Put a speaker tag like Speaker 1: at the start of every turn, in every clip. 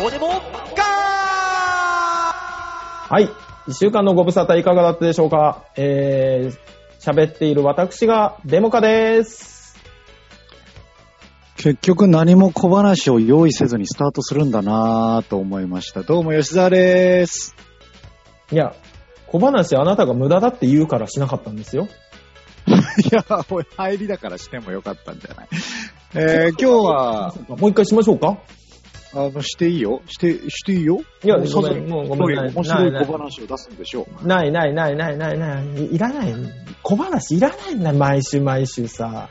Speaker 1: どうでもガ
Speaker 2: はい。一週間のご無沙汰いかがだったでしょうかえー、喋っている私がデモカです。
Speaker 3: 結局何も小話を用意せずにスタートするんだなぁと思いました。どうも吉沢です。
Speaker 2: いや、小話あなたが無駄だって言うからしなかったんですよ。
Speaker 3: いや、俺入りだからしてもよかったんじゃない。えー、今日は、
Speaker 2: もう一回しましょうか
Speaker 3: あの、していいよして、していいよ
Speaker 2: いや、
Speaker 3: もう
Speaker 2: ご
Speaker 3: そ
Speaker 2: め
Speaker 3: の
Speaker 2: ん、もうご
Speaker 3: 面
Speaker 2: めんない。
Speaker 3: 白い面白い
Speaker 2: ない
Speaker 3: 小話を出すんでしょう。
Speaker 2: ないないないないないないないいいらない。小話いらないんだよ、毎週毎週さ。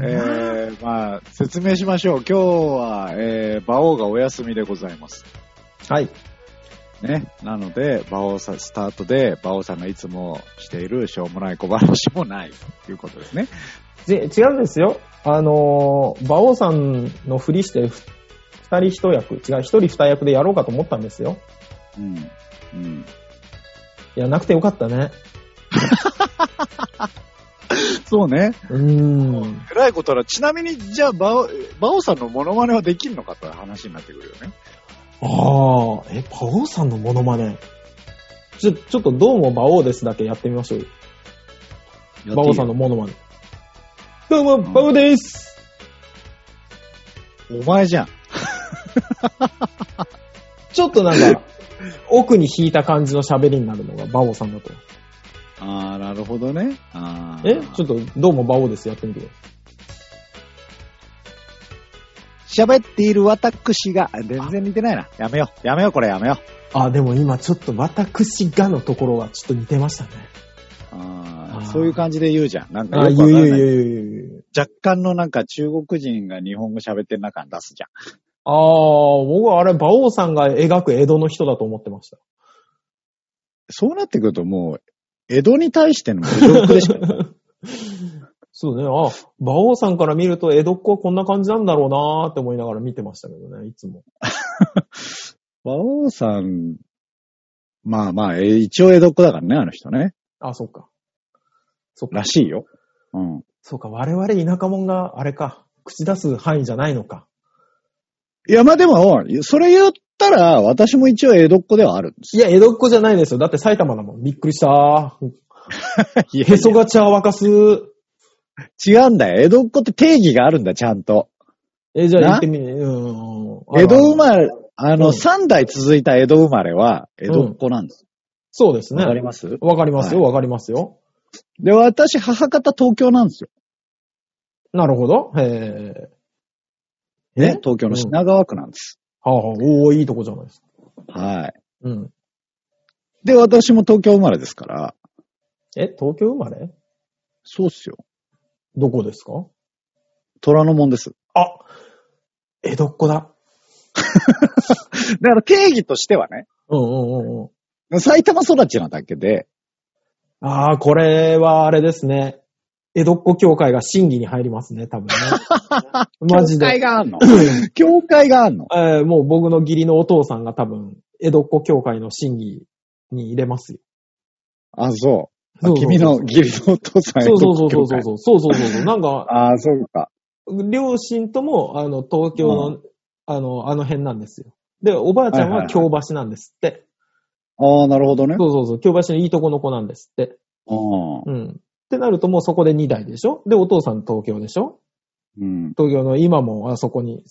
Speaker 3: えー、まあ、説明しましょう。今日は、えー、馬王がお休みでございます。
Speaker 2: はい。
Speaker 3: ね。なので、馬王さん、スタートで、馬王さんがいつもしているしょうもない小話もないということですね。
Speaker 2: じ違うんですよ。あのー、馬王さんのふりして、ふ二人一役、違う、一人二役でやろうかと思ったんですよ。
Speaker 3: うん。うん。
Speaker 2: いや、なくてよかったね。
Speaker 3: そうね。
Speaker 2: うーん。
Speaker 3: えらいことだな。ちなみに、じゃあ、バオ、バオさんのモノマネはできるのかという話になってくるよね。
Speaker 2: ああ、え、馬王さんのモノマネ。ちょ、ちょっとどうも馬王ですだけやってみましょうよ。馬王さんの
Speaker 3: の。
Speaker 2: モノマネ。どうも、馬王です。
Speaker 3: お前じゃん。
Speaker 2: ちょっと なんか、奥に引いた感じの喋りになるのが馬王さんだと。
Speaker 3: あー、なるほどね。あー
Speaker 2: え、ちょっとどうも馬王ですやってみてくださ
Speaker 3: 喋っている私が、あ全然似てないな。やめよう。やめよう、これやめよう。
Speaker 2: い。あ、でも今ちょっと私がのところがちょっと似てましたね。
Speaker 3: あ
Speaker 2: あー
Speaker 3: ーそういう感じで言うじゃん。なんか
Speaker 2: あ、
Speaker 3: よく
Speaker 2: 言う
Speaker 3: わかんない
Speaker 2: 言う言う言う言う。
Speaker 3: 若干のなんか中国人が日本語喋ってる中に出すじゃん。
Speaker 2: ああ、僕はあれ馬王さんが描く江戸の人だと思ってました。
Speaker 3: そうなってくるともう、江戸に対しての侮辱でしか
Speaker 2: そうね。あ、馬王さんから見ると江戸っ子はこんな感じなんだろうなーって思いながら見てましたけどね、いつも。
Speaker 3: 馬王さん、まあまあ、え一応江戸っ子だからね、あの人ね。。
Speaker 2: あ、そっか。そっから
Speaker 3: しいよ。うん。
Speaker 2: そうか、我々田舎者があれか、口出す範囲じゃないのか。
Speaker 3: いや、まあでも、それ言ったら、私も一応江戸っ子ではあるんです
Speaker 2: いや、江戸っ子じゃないですよ。だって埼玉だもん。びっくりしたー。
Speaker 3: よ。
Speaker 2: へそがちゃ沸かす。
Speaker 3: 違うんだよ。江戸っ子って定義があるんだ、ちゃんと。
Speaker 2: え、じゃあ
Speaker 3: な
Speaker 2: 行ってみね。うん。
Speaker 3: 江戸生
Speaker 2: れ。
Speaker 3: まれ、あ
Speaker 2: う
Speaker 3: の、
Speaker 2: ん
Speaker 3: 三代続いた江戸生まれは、江戸っ子なんです。
Speaker 2: そうですね。
Speaker 3: わかります
Speaker 2: わかりますよ、わかりますよ。
Speaker 3: で、私、母方東京なんですよ。
Speaker 2: なるほど。へえ。
Speaker 3: ね、東京の品川区なんです。
Speaker 2: はあ、はあ、おーいいとこじゃないですか。
Speaker 3: はい。
Speaker 2: うん。
Speaker 3: で、私も東京生まれですから、
Speaker 2: え、東京生まれ
Speaker 3: そうっすよ。
Speaker 2: どこですか
Speaker 3: 虎ノ門です。
Speaker 2: あ江戸っ子だ。
Speaker 3: だから定義としてはね、
Speaker 2: うんうんうんうん。
Speaker 3: 埼玉育ちなだけで、
Speaker 2: ああ、これはあれですね。江戸っ子協会が審議に入りますね、多 分ね。マジ
Speaker 3: 教
Speaker 2: で。
Speaker 3: 会があ んの。教会があんの。
Speaker 2: えーもう僕の義理のお父さんが多分、江戸っ子協会の審議に入れますよ。
Speaker 3: あ、そう。あ
Speaker 2: そうそう
Speaker 3: 君の義理のお父さん
Speaker 2: そうそうそうそうそうう。そうそうそうそう。なんか、
Speaker 3: ああ、そうか。
Speaker 2: 両親とも、あの、東京の、
Speaker 3: う
Speaker 2: あの、あの辺なんですよ。で、おばあちゃん
Speaker 3: はいはいは
Speaker 2: はい京橋なんですって。
Speaker 3: ああ、なるほどね。
Speaker 2: そうそうそう。京橋のいいとこの子なんですって。
Speaker 3: う
Speaker 2: うん。ってなるともうそこで2代でしょで、お父さん東京でしょ
Speaker 3: ん。
Speaker 2: 東京の今もあそこに、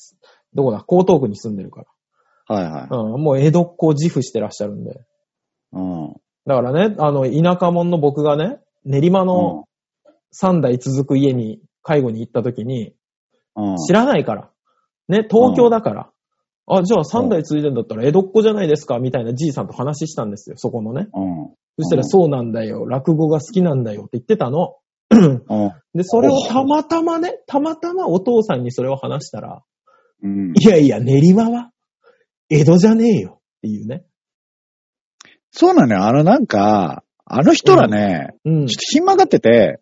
Speaker 2: どこだ、江東区に住んでるか
Speaker 3: はいはい。
Speaker 2: ら。うん、もう江戸っ子を自負してらっしゃるんで。
Speaker 3: うん。
Speaker 2: だからね、あの、田舎者の僕がね、練馬の3代続く家に介護に行った時に、
Speaker 3: うん。
Speaker 2: 知らないから。ね、東京だから。あ、じゃあ3代続いてんだったら江戸っ子じゃないですかみたいなじいさんと話したんですよ、そこのね。
Speaker 3: うん。
Speaker 2: そしたら
Speaker 3: うん
Speaker 2: そうなんだよ、落語が好きなんだよって言ってたの。
Speaker 3: うん。
Speaker 2: で、それをたまたまね、たまたまお父さんにそれを話したら、
Speaker 3: うん。
Speaker 2: いやいや、練馬は、江戸じゃねえよっていうね。
Speaker 3: そうなのよ。あの、なんか、あの人らね、
Speaker 2: うん
Speaker 3: ちょっとひん曲がってて、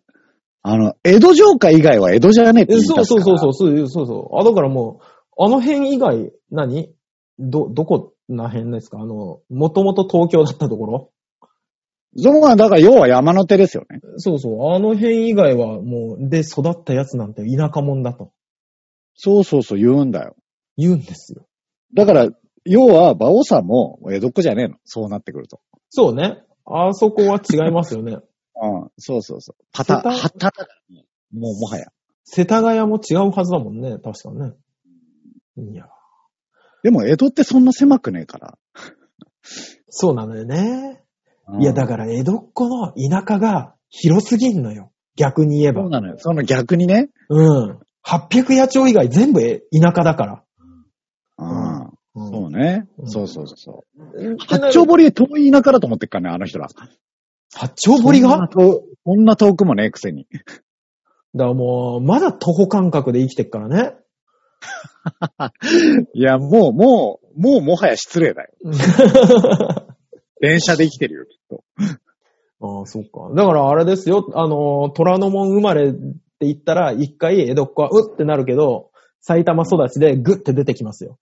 Speaker 3: あの、江戸城下以外は江戸じゃねえって
Speaker 2: え
Speaker 3: 言い出すか
Speaker 2: そう
Speaker 3: ら。。
Speaker 2: そうそうそうう、そうそうそう。あ、だからもう、あの辺以外、何ど、どこな辺ですかあの、もともと東京だったところ
Speaker 3: そのまだから要は山の手ですよね。
Speaker 2: そうそう、あの辺以外はもう、で育ったやつなんて田舎者だと。
Speaker 3: そうそうそう言うんだよ。
Speaker 2: 言うんですよ。
Speaker 3: だから、要は、馬王さんも江戸っ子じゃねえの。そうなってくると。
Speaker 2: そうね。あそこは違いますよね。
Speaker 3: うん。そうそうそう。パタ、
Speaker 2: 世田
Speaker 3: はただからねもうもはや。
Speaker 2: 世田谷も違うはずだもんね。確かね。いや、
Speaker 3: でも、江戸ってそんな狭くねえから。
Speaker 2: そうなのよね。いや、だから江戸っ子の田舎が広すぎんのよ。逆に言えば
Speaker 3: らそう。なのよ。その逆にね。
Speaker 2: うん。800野鳥以外全部田舎だから。
Speaker 3: うん。
Speaker 2: うん
Speaker 3: そうね。
Speaker 2: うん
Speaker 3: そうそうそうそう。
Speaker 2: うん
Speaker 3: 八丁堀へ遠い田舎だと思ってっからね、あの人ら。
Speaker 2: 八丁堀が
Speaker 3: そんな遠こんな遠くもねえくせに。
Speaker 2: だからもう、まだ徒歩感覚で生きてっからね。
Speaker 3: いや、もう、もう、もうもはや失礼だよ。電車で生きてるよ、きっと。
Speaker 2: ああ、そっか。だからあれですよ、あの、虎ノ門生まれって言ったら、一回江戸っ子はうってなるけど、埼玉育ちでグッて出てきます よ。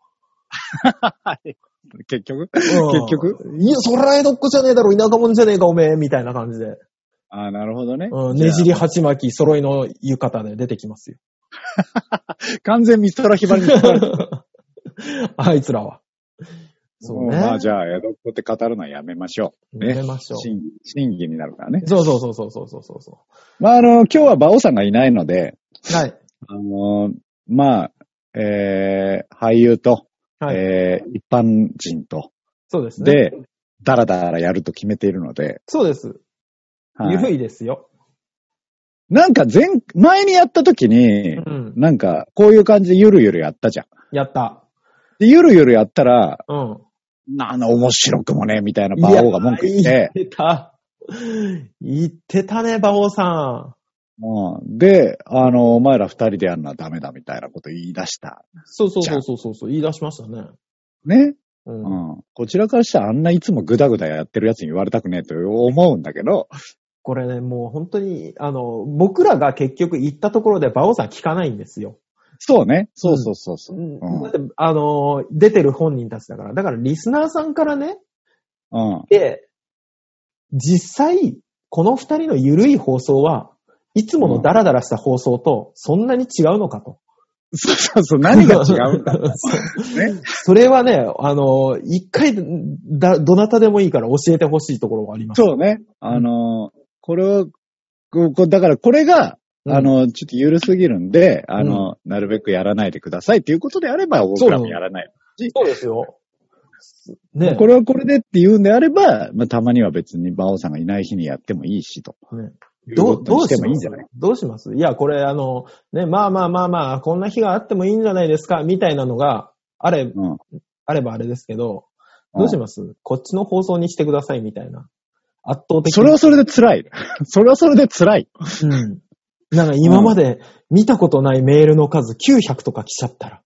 Speaker 3: 結局
Speaker 2: 結
Speaker 3: 結局
Speaker 2: いや、そりゃ江戸っ子じゃねえだろ、田舎者じゃねえか、おめえ、みたいな感じで。
Speaker 3: ああ、なるほどね。
Speaker 2: うん、ねじり
Speaker 3: じゃ
Speaker 2: 鉢巻き揃いの浴衣で出てきますよ。
Speaker 3: あ完全ミストラヒバリに引っ張られて
Speaker 2: あいつらは。 そう
Speaker 3: も
Speaker 2: ね。
Speaker 3: まあ、じゃあ、江戸っ子って語るのはやめましょう。
Speaker 2: や
Speaker 3: ね
Speaker 2: め。ましょう。
Speaker 3: 審議、審議になるからね。
Speaker 2: そうそうそうそうそうそうそうそ
Speaker 3: まあ、あの、今日は馬王さんがいないので、
Speaker 2: う。はい。
Speaker 3: あの、まあ、えー、俳優と、
Speaker 2: はい。
Speaker 3: えー、一般人と、
Speaker 2: そうですね。
Speaker 3: で、ダラダラやると決めているので、
Speaker 2: そうです。
Speaker 3: はい
Speaker 2: ゆるいですよ。
Speaker 3: なんか前、前にやった時に、
Speaker 2: うん。
Speaker 3: なんか、こういう感じでゆるゆるやったじゃん。
Speaker 2: やった。
Speaker 3: で、ゆるゆるやったら、
Speaker 2: うん。
Speaker 3: あの、面白くもね、みたいな馬王が文句言っ
Speaker 2: いや
Speaker 3: て、
Speaker 2: 言ってた。言ってたね、馬王さん。
Speaker 3: うん、で、あの、お前ら二人でやるのはダメだ、みたいなこと言い出した。
Speaker 2: そうそうそうそうそうそう、言い出しましたね。
Speaker 3: ね、
Speaker 2: う。
Speaker 3: うんん、こちらからしたらあんないつもグダグダやってるやつに言われたくねえと思うんだけど、
Speaker 2: これね、もう本当に、あの、僕らが結局行ったところで馬王さん聞かないんですよ。
Speaker 3: そうね。そうそうそうそう。
Speaker 2: うん
Speaker 3: うん
Speaker 2: だってあの、出てる本人たちだから。だからリスナーさんからね、
Speaker 3: うん。
Speaker 2: で、実際、この二人の緩い放送は、いつものダラダラした放送と、そんなに違うのかと。
Speaker 3: そうそうそう。何が違うんだね。
Speaker 2: それはね、あの、一回、だ、どなたでもいいから教えてほしいところがあります。
Speaker 3: そうね。あの、これを、ここだからこれが、
Speaker 2: うん
Speaker 3: あ、の、ちょっと緩すぎるんで、あの、なるべくやらないでくださいっていうことであれば、僕らもやらない。
Speaker 2: そうですよ。ね
Speaker 3: これはこれでって言うんであれば、まあ、たまには別に馬王さんがいない日にやってもいいしと。
Speaker 2: ね
Speaker 3: いう
Speaker 2: ど
Speaker 3: こ
Speaker 2: う、
Speaker 3: と
Speaker 2: ど
Speaker 3: に
Speaker 2: う
Speaker 3: して
Speaker 2: し
Speaker 3: もいい
Speaker 2: ま
Speaker 3: ん
Speaker 2: す
Speaker 3: じゃない
Speaker 2: どうしますいや、これ、あの、ね、まあまあまあまあ、こんな日があってもいいんじゃないですか、みたいなのが、あれ、
Speaker 3: うん。
Speaker 2: あればあれですけど、どうします、こっちの放送にしてください、みたいな。圧倒的
Speaker 3: それはそれで辛い。 それはそれで辛い。
Speaker 2: うん。なんか今まで見たことないメールの数900とか来ちゃったら。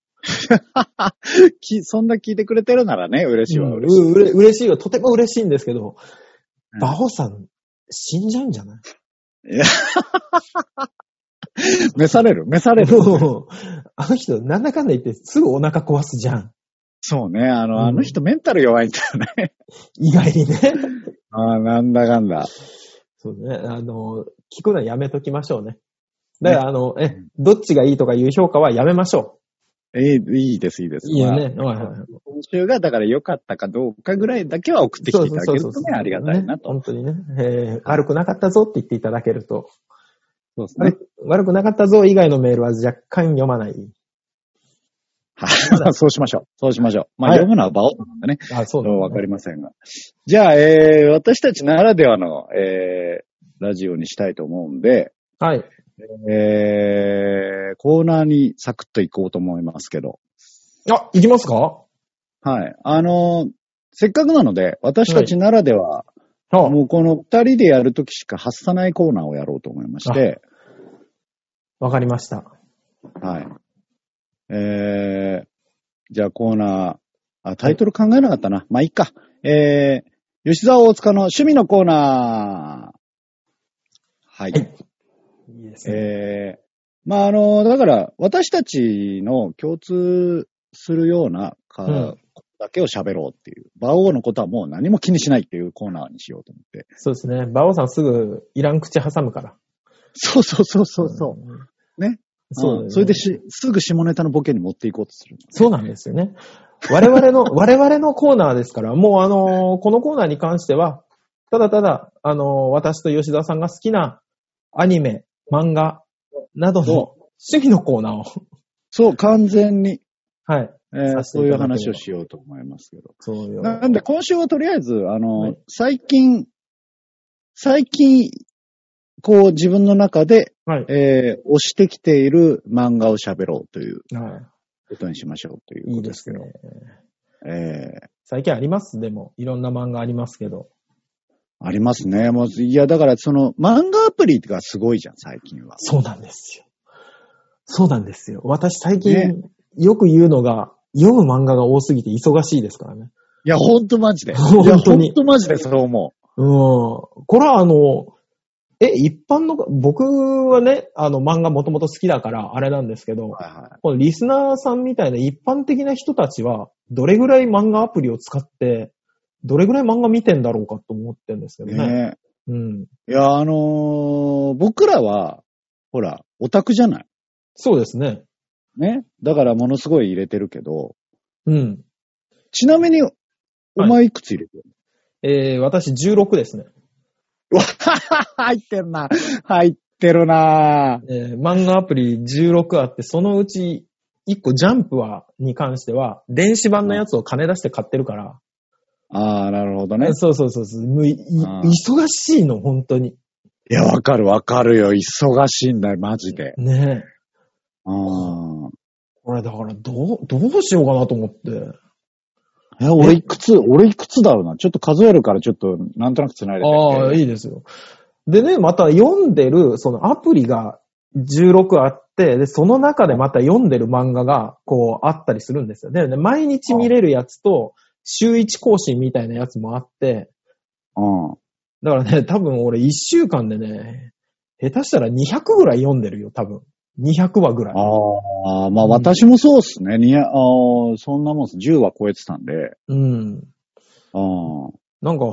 Speaker 3: きそんな聞いてくれてるならね、嬉しいわ、
Speaker 2: うん
Speaker 3: 嬉しい。
Speaker 2: ううれ嬉しいよ。とても嬉しいんですけど、
Speaker 3: うん
Speaker 2: バホさん、死んじゃうんじゃない
Speaker 3: 召される召される。
Speaker 2: もう あの人、なんだかんだ言ってすぐお腹壊すじゃん。
Speaker 3: そうね。あ
Speaker 2: うん
Speaker 3: の、あの人メンタル弱いんだよね。
Speaker 2: 意外にね。
Speaker 3: ああ、なんだかんだ。
Speaker 2: そうね。あの、聞くのはやめときましょうね。だから、あの、え、どっちがいいとかいう評価はやめましょ
Speaker 3: いい、いいです、いいです。
Speaker 2: う。いいよね。
Speaker 3: まあ
Speaker 2: はいはいはい
Speaker 3: 今週が、だから良かったかどうかぐらいだけは送ってきていただけるとね、ありがたいな
Speaker 2: ね
Speaker 3: と。
Speaker 2: 本当にね、えー悪くなかったぞって言っていただけると。
Speaker 3: そうです
Speaker 2: ね
Speaker 3: ね。
Speaker 2: 悪くなかったぞ以外のメールは若干読まない。
Speaker 3: はい。そうしましょう。そうしましょう。まあ、
Speaker 2: はい
Speaker 3: 読むのは場をなんでね。
Speaker 2: あ、そう
Speaker 3: ど
Speaker 2: だ、
Speaker 3: うわかりませんが。じゃあ、えー、私たちならではの、えー、ラジオにしたいと思うんで、
Speaker 2: はい。
Speaker 3: えー、コーナーにサクッと行こうと思いますけど。
Speaker 2: あ、行きますか
Speaker 3: はい。あのーせっかくなので、私たちならでは、
Speaker 2: あ
Speaker 3: もうこの二人でやるときしか発さないコーナーをやろうと思いまして、
Speaker 2: わかりました。
Speaker 3: はい。えー、じゃあコーナー、あ、タイトル考えなかったな。まあ、いいか。えー、吉沢大塚の趣味のコーナー。はい。
Speaker 2: はいいいですね。
Speaker 3: えー、まあ、あの、だから、私たちの共通するようなか、
Speaker 2: うん
Speaker 3: だけを喋ろうっていう。馬王のことはもう何も気にしないっていうコーナーにしようと思って。
Speaker 2: そうですね。馬王さんすぐいらん口挟むから。
Speaker 3: そうそうそうそうそう。
Speaker 2: うん
Speaker 3: ね。
Speaker 2: そう、
Speaker 3: んそれでし、すぐ下ネタのボケに持っていこうとする。
Speaker 2: そうなんですよね。我々の、 我々のコーナーですから、もうあのーこのコーナーに関しては、ただただ、あのー私と吉田さんが好きなアニメ、漫画などの
Speaker 3: そ
Speaker 2: 趣味のコーナーを、
Speaker 3: そう、完全に、
Speaker 2: はい。
Speaker 3: えー
Speaker 2: させ
Speaker 3: そ
Speaker 2: て
Speaker 3: う
Speaker 2: い
Speaker 3: いう
Speaker 2: ただければ
Speaker 3: 話をしようと思いますけど。
Speaker 2: そうよ。
Speaker 3: なんで今週はとりあえず、あの、
Speaker 2: はい
Speaker 3: 最近、最近、こう自分の中で、
Speaker 2: はい。
Speaker 3: えー、押してきている漫画を喋ろうという
Speaker 2: は
Speaker 3: ことにしましょうという
Speaker 2: い。
Speaker 3: こ
Speaker 2: いい
Speaker 3: と
Speaker 2: ですね。
Speaker 3: ええ
Speaker 2: 最近ありますでも、いろんな漫画ありますけど。
Speaker 3: ありますね。もう、いや、だからその漫画アプリがすごいじゃん、最近は。
Speaker 2: そうなんですよ。そうなんですよ。私最近、
Speaker 3: ね
Speaker 2: よく言うのが、読む漫画が多すぎて忙しいですからね。
Speaker 3: いや、ほんとマジ で。い
Speaker 2: ほんとに
Speaker 3: や、ほんとマジでそう思
Speaker 2: うん。これはあの、え、一般の、僕はね、あの漫画もともと好きだから、あれなんですけど、
Speaker 3: う。はいは
Speaker 2: このリスナーさんみたいな一般的な人たちは、どれぐらい漫画アプリを使って、どれぐらい漫画見てんだろうかと思ってるんですけどね。
Speaker 3: ね
Speaker 2: うん。
Speaker 3: え。いや、あのー僕らは、ほら、オタクじゃない。
Speaker 2: そうですね。
Speaker 3: ね。だからものすごい入れてるけど、
Speaker 2: うん。
Speaker 3: ちなみに、お前いくつ入れてる、
Speaker 2: えー、私16ですね。
Speaker 3: わははは 入ってんな。入ってるな
Speaker 2: えー漫画アプリ16あって、そのうち1個ジャンプは、に関しては、電子版のやつを金出して買ってるから。
Speaker 3: ああ、なるほどね。
Speaker 2: そうそうそうそう。もういい
Speaker 3: あー
Speaker 2: 忙しいの、本当に。
Speaker 3: いや、わかるわかるよ。忙しいんだよ、マジで。
Speaker 2: ねえ。
Speaker 3: ああ。
Speaker 2: これだから、どう、どうしようかなと思って。
Speaker 3: え、俺いくつ、俺いくつだろうな。ちょっと数えるから、ちょっと、なんとなく繋いでて
Speaker 2: ああ、いいですよ。でね、また読んでる、そのアプリが16あって、で、その中でまた読んでる漫画が、こう、あったりするんですよ。で、ね、毎日見れるやつと、週1更新みたいなやつもあって、
Speaker 3: うん。
Speaker 2: だからね、多分俺1週間でね、下手したら200ぐらい読んでるよ、多分。200話ぐらい。
Speaker 3: ああ、まあ
Speaker 2: うん
Speaker 3: 私もそうっすね。にあーそんなもんっす。10は超えてたんで。
Speaker 2: うん。
Speaker 3: あー
Speaker 2: なんか、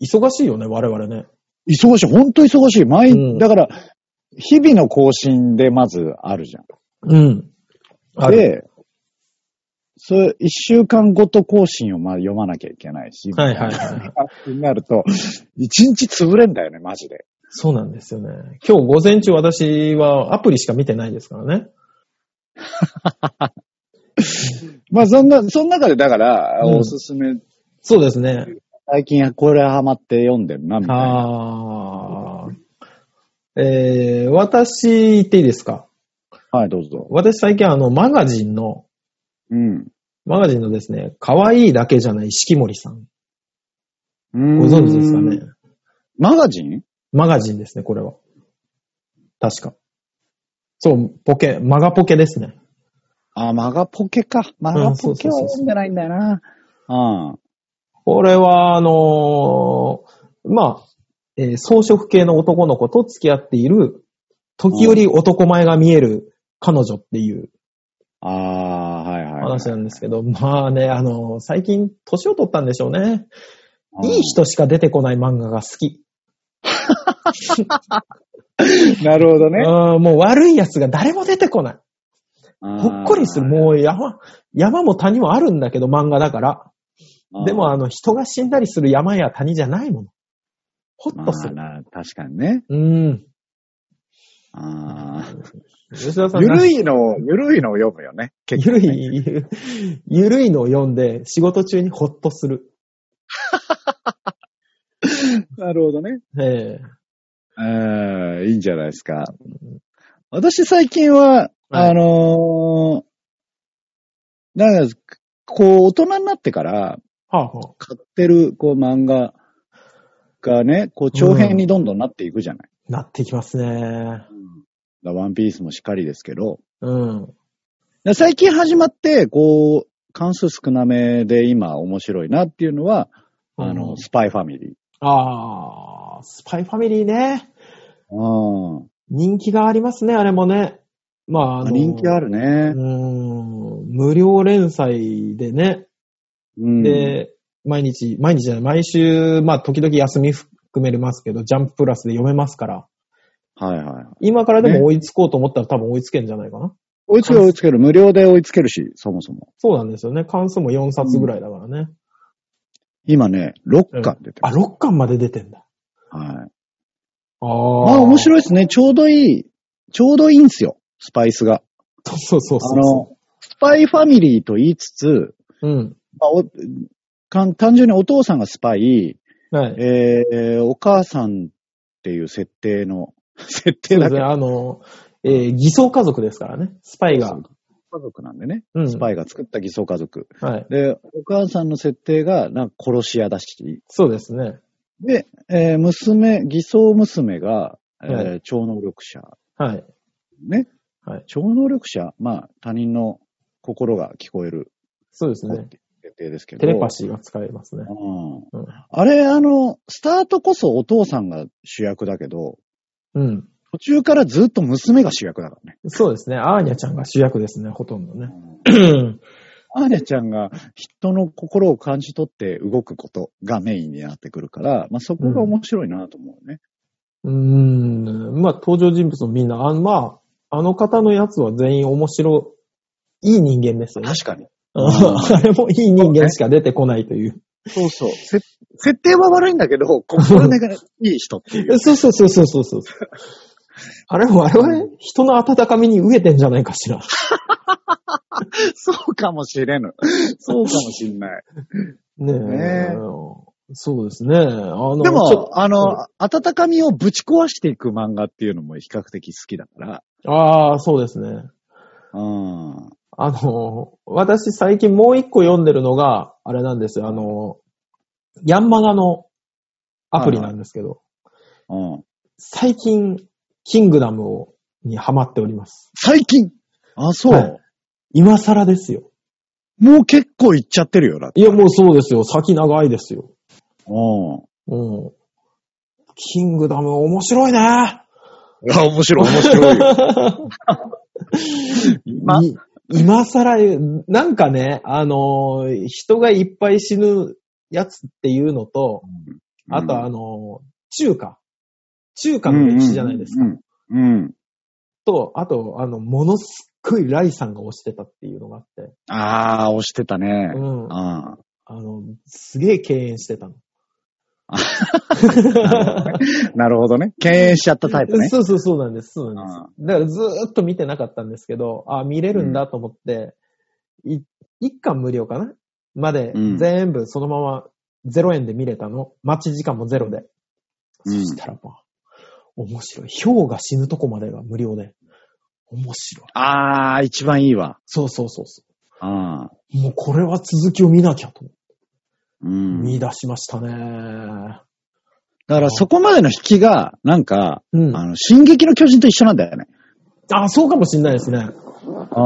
Speaker 2: 忙しいよね、我々ね。
Speaker 3: 忙しい。本当忙しい。毎、
Speaker 2: うん
Speaker 3: だから、日々の更新でまずあるじゃん。
Speaker 2: うん。ある。
Speaker 3: で、それ、一週間ごと更新をまあ読まなきゃいけないし。
Speaker 2: はいはいはい。
Speaker 3: になると、一日潰れんだよね、マジで。
Speaker 2: そうなんですよね。今日午前中私はアプリしか見てないですからね。
Speaker 3: まあそんな、その中でだから、
Speaker 2: うん
Speaker 3: おすすめ、
Speaker 2: そうですね。
Speaker 3: 最近これハマって読んでるな、みたいな。
Speaker 2: あーえー、私言っていいですか
Speaker 3: はい、どうぞ。
Speaker 2: 私最近あの、マガジンの、
Speaker 3: うん。
Speaker 2: マガジンのですね、可愛いだけじゃない四季森さん。ご存知ですかね
Speaker 3: うーん。マガジン
Speaker 2: マガジンですね、これは。確か。そう、ポケ、マガポケですね。
Speaker 3: あ、マガポケか。マガポケは読んでないんだよな。あ
Speaker 2: これは、あのーまあ、えー草食系の男の子と付き合っている、時折男前が見える彼女っていう
Speaker 3: あ、はいはい。
Speaker 2: 話なんですけど、まあね、あのー最近年を取ったんでしょうね。いい人しか出てこない漫画が好き。
Speaker 3: 人。なるほどね。
Speaker 2: うんもう悪い奴が誰も出てこない。ほっこりする。もう山、山も谷もあるんだけど漫画だから。
Speaker 3: あー
Speaker 2: で、もあの人が死んだりする山や谷じゃないもの。ほっ
Speaker 3: ま
Speaker 2: と
Speaker 3: あ
Speaker 2: する。
Speaker 3: な、確かにね。
Speaker 2: うん。
Speaker 3: あ
Speaker 2: 吉田さ
Speaker 3: あ。
Speaker 2: ん
Speaker 3: ゆ
Speaker 2: なんか
Speaker 3: るいの、ゆるいのを読むよね。結
Speaker 2: ゆ
Speaker 3: 局
Speaker 2: る
Speaker 3: ね
Speaker 2: い、ゆるい のを読んで仕事中にホッとする。
Speaker 3: なるほどね。
Speaker 2: ええ
Speaker 3: うん、いいんじゃないですか。私最近は、
Speaker 2: はい
Speaker 3: あのーなんか、こう、大人になってから、
Speaker 2: はあは
Speaker 3: 買ってる、こう、漫画がね、こう、長編にどんどんなっていくじゃない。
Speaker 2: あ、なってきますね。
Speaker 3: だからワンピースもしっかりですけど、
Speaker 2: うん。
Speaker 3: だから最近始まって、こう、関数少なめで今面白いなっていうのは、あ
Speaker 2: う
Speaker 3: の、
Speaker 2: ん
Speaker 3: スパイファミリー。
Speaker 2: ああ、スパイファミリーね。
Speaker 3: うん。
Speaker 2: 人気がありますね、あれもね。まあ、あの、
Speaker 3: 人気ある
Speaker 2: う
Speaker 3: ね。
Speaker 2: ん、無料連載でね。
Speaker 3: うん、
Speaker 2: で、毎日、毎日じゃない、毎週、まあ、時々休み含めれますけど、ジャンププラスで読めますから。
Speaker 3: はいはい。
Speaker 2: 今からでも追いつこうと思ったら多分追いつけんじゃないかな。
Speaker 3: 追いつける追いつける。無料で追いつけるし、そもそも。
Speaker 2: そうなんですよね。関数も4冊ぐらいだからね。
Speaker 3: 今ね、6巻出て
Speaker 2: あ、
Speaker 3: ます。
Speaker 2: 6巻まで出てんだ。
Speaker 3: はい。
Speaker 2: ああ。
Speaker 3: まあ面
Speaker 2: い。
Speaker 3: 白いですね。ちょうどいい、ちょうどいいんですよ。スパイスが。
Speaker 2: そうそうそう
Speaker 3: あ
Speaker 2: そ
Speaker 3: の、スパイファミリーと言いつつ、
Speaker 2: う。うん。
Speaker 3: まあ、おかん単純にお父さんがスパイ、
Speaker 2: はい。
Speaker 3: えー、お母さんっていう設定の、 設
Speaker 2: そ
Speaker 3: 定
Speaker 2: うで
Speaker 3: だ
Speaker 2: す
Speaker 3: け
Speaker 2: ね。あの、えー偽装家族ですからね。スパイが。
Speaker 3: 家族なんでね。
Speaker 2: うん。
Speaker 3: スパイが作った偽装家族。
Speaker 2: はい。
Speaker 3: で、お母さんの設定が、なんか殺し屋だし、
Speaker 2: そうですね。
Speaker 3: で、えー娘、偽装娘が、えー
Speaker 2: は
Speaker 3: 超能力者。
Speaker 2: はい。
Speaker 3: ね。
Speaker 2: はい
Speaker 3: 超能力者まあ、他人の心が聞こえる
Speaker 2: そうです
Speaker 3: 子っ
Speaker 2: ね。
Speaker 3: て設定ですけど。
Speaker 2: テレパシーが使えますね。
Speaker 3: う
Speaker 2: うん
Speaker 3: ん。あれ、あの、スタートこそお父さんが主役だけど、
Speaker 2: うん。
Speaker 3: 途中からずっと娘が主役だからね。
Speaker 2: そうですね。アーニャちゃんが主役ですね、ほとんど ね。
Speaker 3: アーニャちゃんが人の心を感じ取って動くことがメインになってくるから、まあそこが面白いなと思うね。
Speaker 2: うーん。まあ、登場人物のみんな、あまあ、あの方のやつは全員面白い、いい人間ですよね。
Speaker 3: 確かに。
Speaker 2: うん あれもいい人間しか出てこないという。
Speaker 3: そうそう。せ設定は悪いんだけど、心根がいい人っていう。
Speaker 2: そうそうそうそうそうそう。あれ、我々、人の温かみに飢えてんじゃないかしら。
Speaker 3: そうかもしれぬ。そうかもしんない。
Speaker 2: ねえ。
Speaker 3: ねえ
Speaker 2: そうですね。あの、
Speaker 3: で
Speaker 2: ちょ
Speaker 3: も、あの、温かみをぶち壊していく漫画っていうのも比較的好きだから。
Speaker 2: ああ、そうですね。
Speaker 3: うん。
Speaker 2: あの、私最近もう一個読んでるのが、あれなんですよ。あの、ヤンマガのアプリなんですけど、
Speaker 3: うん。
Speaker 2: 最近、キングダムをにハマっております。
Speaker 3: 最近あ、そう、
Speaker 2: はい今更ですよ。
Speaker 3: もう結構いっちゃってるよ、だって。
Speaker 2: いや、もうそうですよ。先長いですよ。
Speaker 3: うん。
Speaker 2: うん。キングダム面白いね。
Speaker 3: いや、面白い、面白い よ。今
Speaker 2: い今更言う、なんかね、あのー人がいっぱい死ぬやつっていうのと、あとあのー中華。中華の歴史じゃないですか。
Speaker 3: か。うんうん。うん
Speaker 2: と、あと、あの、ものすっごいライさんが推してたっていうのがあって、
Speaker 3: ああ、押してたね。
Speaker 2: うん。
Speaker 3: あ
Speaker 2: あの、すげえ敬遠して たの。
Speaker 3: ーなるほどね。敬遠しちゃったタイプね。
Speaker 2: そうそうそうなんです。そうなんです。だからずーっと見てなかったんですけど、あ、見れるんだと思って、い一巻無料かなまで
Speaker 3: うん
Speaker 2: 全部そのまま0円で見れたの。待ち時間もゼロで。
Speaker 3: うん
Speaker 2: そしたらまあ、面白い。ヒョウが死ぬとこまでが無料で。面白い。
Speaker 3: ああ、一番いいわ。
Speaker 2: そうそうそうそ
Speaker 3: ああ。
Speaker 2: う。もうこれは続きを見なきゃと
Speaker 3: うん。
Speaker 2: 見出しましたね。
Speaker 3: だからそこまでの引きが、なんか、
Speaker 2: うん。
Speaker 3: あ
Speaker 2: あ
Speaker 3: の、進撃の巨人と一緒なんだよね。
Speaker 2: そうかもしんないですね。
Speaker 3: う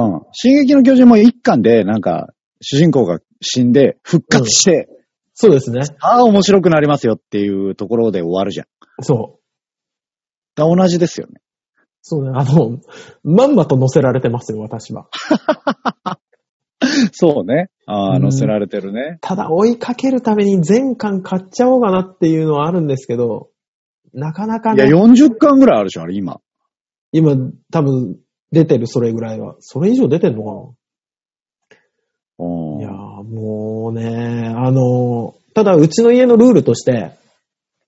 Speaker 3: ん。進撃の巨人も一巻で、なんか、主人公が死んで、復活して、
Speaker 2: そうですね。
Speaker 3: ああ、面白くなりますよっていうところで終わるじゃん。
Speaker 2: そう。
Speaker 3: だから同じですよね。
Speaker 2: そうね。あの、まんまと乗せられてますよ、私は。
Speaker 3: そうね。あ
Speaker 2: う
Speaker 3: あ、
Speaker 2: ん
Speaker 3: 乗せられてるね。
Speaker 2: ただ追いかけるために全巻買っちゃおうかなっていうのはあるんですけど、なかなか
Speaker 3: いや、
Speaker 2: ね、
Speaker 3: 40巻ぐらいあるでしょ、あれ、今。
Speaker 2: 今多分出てるそれぐらいは。それ以上出てんのか
Speaker 3: うん
Speaker 2: ないやーもうね、あのー、ただうちの家のルールとして、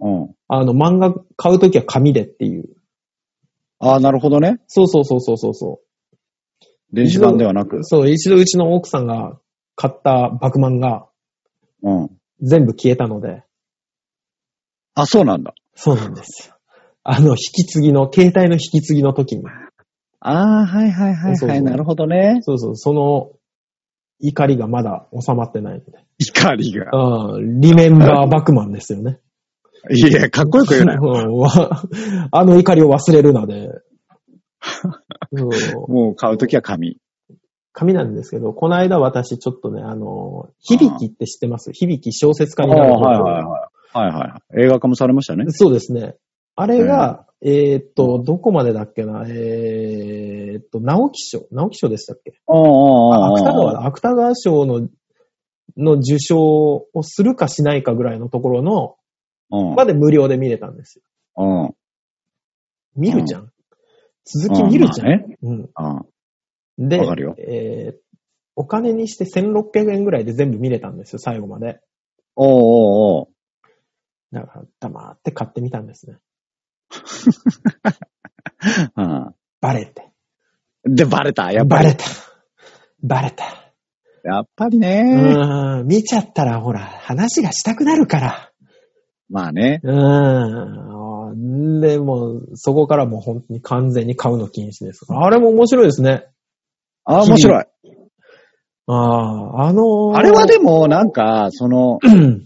Speaker 3: うん。
Speaker 2: あの漫画買うときは紙でっていう。
Speaker 3: ああ、なるほどね。
Speaker 2: そうそうそうそうそうそ
Speaker 3: 電子版ではなく
Speaker 2: う。。そう、一度うちの奥さんが買った爆漫が
Speaker 3: うん。
Speaker 2: 全部消えたので、
Speaker 3: あ、そうなんだ。
Speaker 2: そうなんですよ。あの、引き継ぎの、携帯の引き継ぎの時に。
Speaker 3: ああ、はいはいはい
Speaker 2: そう
Speaker 3: は
Speaker 2: そう
Speaker 3: い。なるほ どね。
Speaker 2: そうそう、その怒りがまだ収まってないんで。
Speaker 3: 怒りが。
Speaker 2: うん、リメンバーバクマンですよね。
Speaker 3: いや、かっこよく言うな よ。
Speaker 2: うんわあの怒りを忘れるなで。そう
Speaker 3: もう買うときは紙。
Speaker 2: 紙なんですけど、この間私ちょっとね、あの、響きって知ってます響き小説家になる。
Speaker 3: はいはいはい。映画化もされましたね。
Speaker 2: そうですね。あれが、えーっと、どこまでだっけな、えーっと、直木賞直木賞でしたっけ
Speaker 3: ああ、あ
Speaker 2: 芥川だ、芥川賞の、の受賞をするかしないかぐらいのところの、
Speaker 3: うん。
Speaker 2: まで無料で見れたんですよ。
Speaker 3: うん。
Speaker 2: 見るじゃん。続き見るじゃん。
Speaker 3: あーまあね
Speaker 2: うん。
Speaker 3: あ
Speaker 2: で、
Speaker 3: わかるよ
Speaker 2: えーお金にして1600円ぐらいで全部見れたんですよ、最後まで。
Speaker 3: おうおうおう
Speaker 2: だから、黙って買ってみたんですね。
Speaker 3: あ
Speaker 2: バレて。
Speaker 3: ーで、バレた。やっぱ
Speaker 2: バ
Speaker 3: り。
Speaker 2: レた。バレた。
Speaker 3: やっぱり
Speaker 2: う
Speaker 3: ね。
Speaker 2: ーん、見ちゃったらほら、話がしたくなるから。
Speaker 3: まあね。
Speaker 2: うーん。でも、そこからもう本当に完全に買うの禁止です。あれも面白いですね。
Speaker 3: ああ、面白い。
Speaker 2: ああ、あのー
Speaker 3: あれはでも、なんか、その、
Speaker 2: うん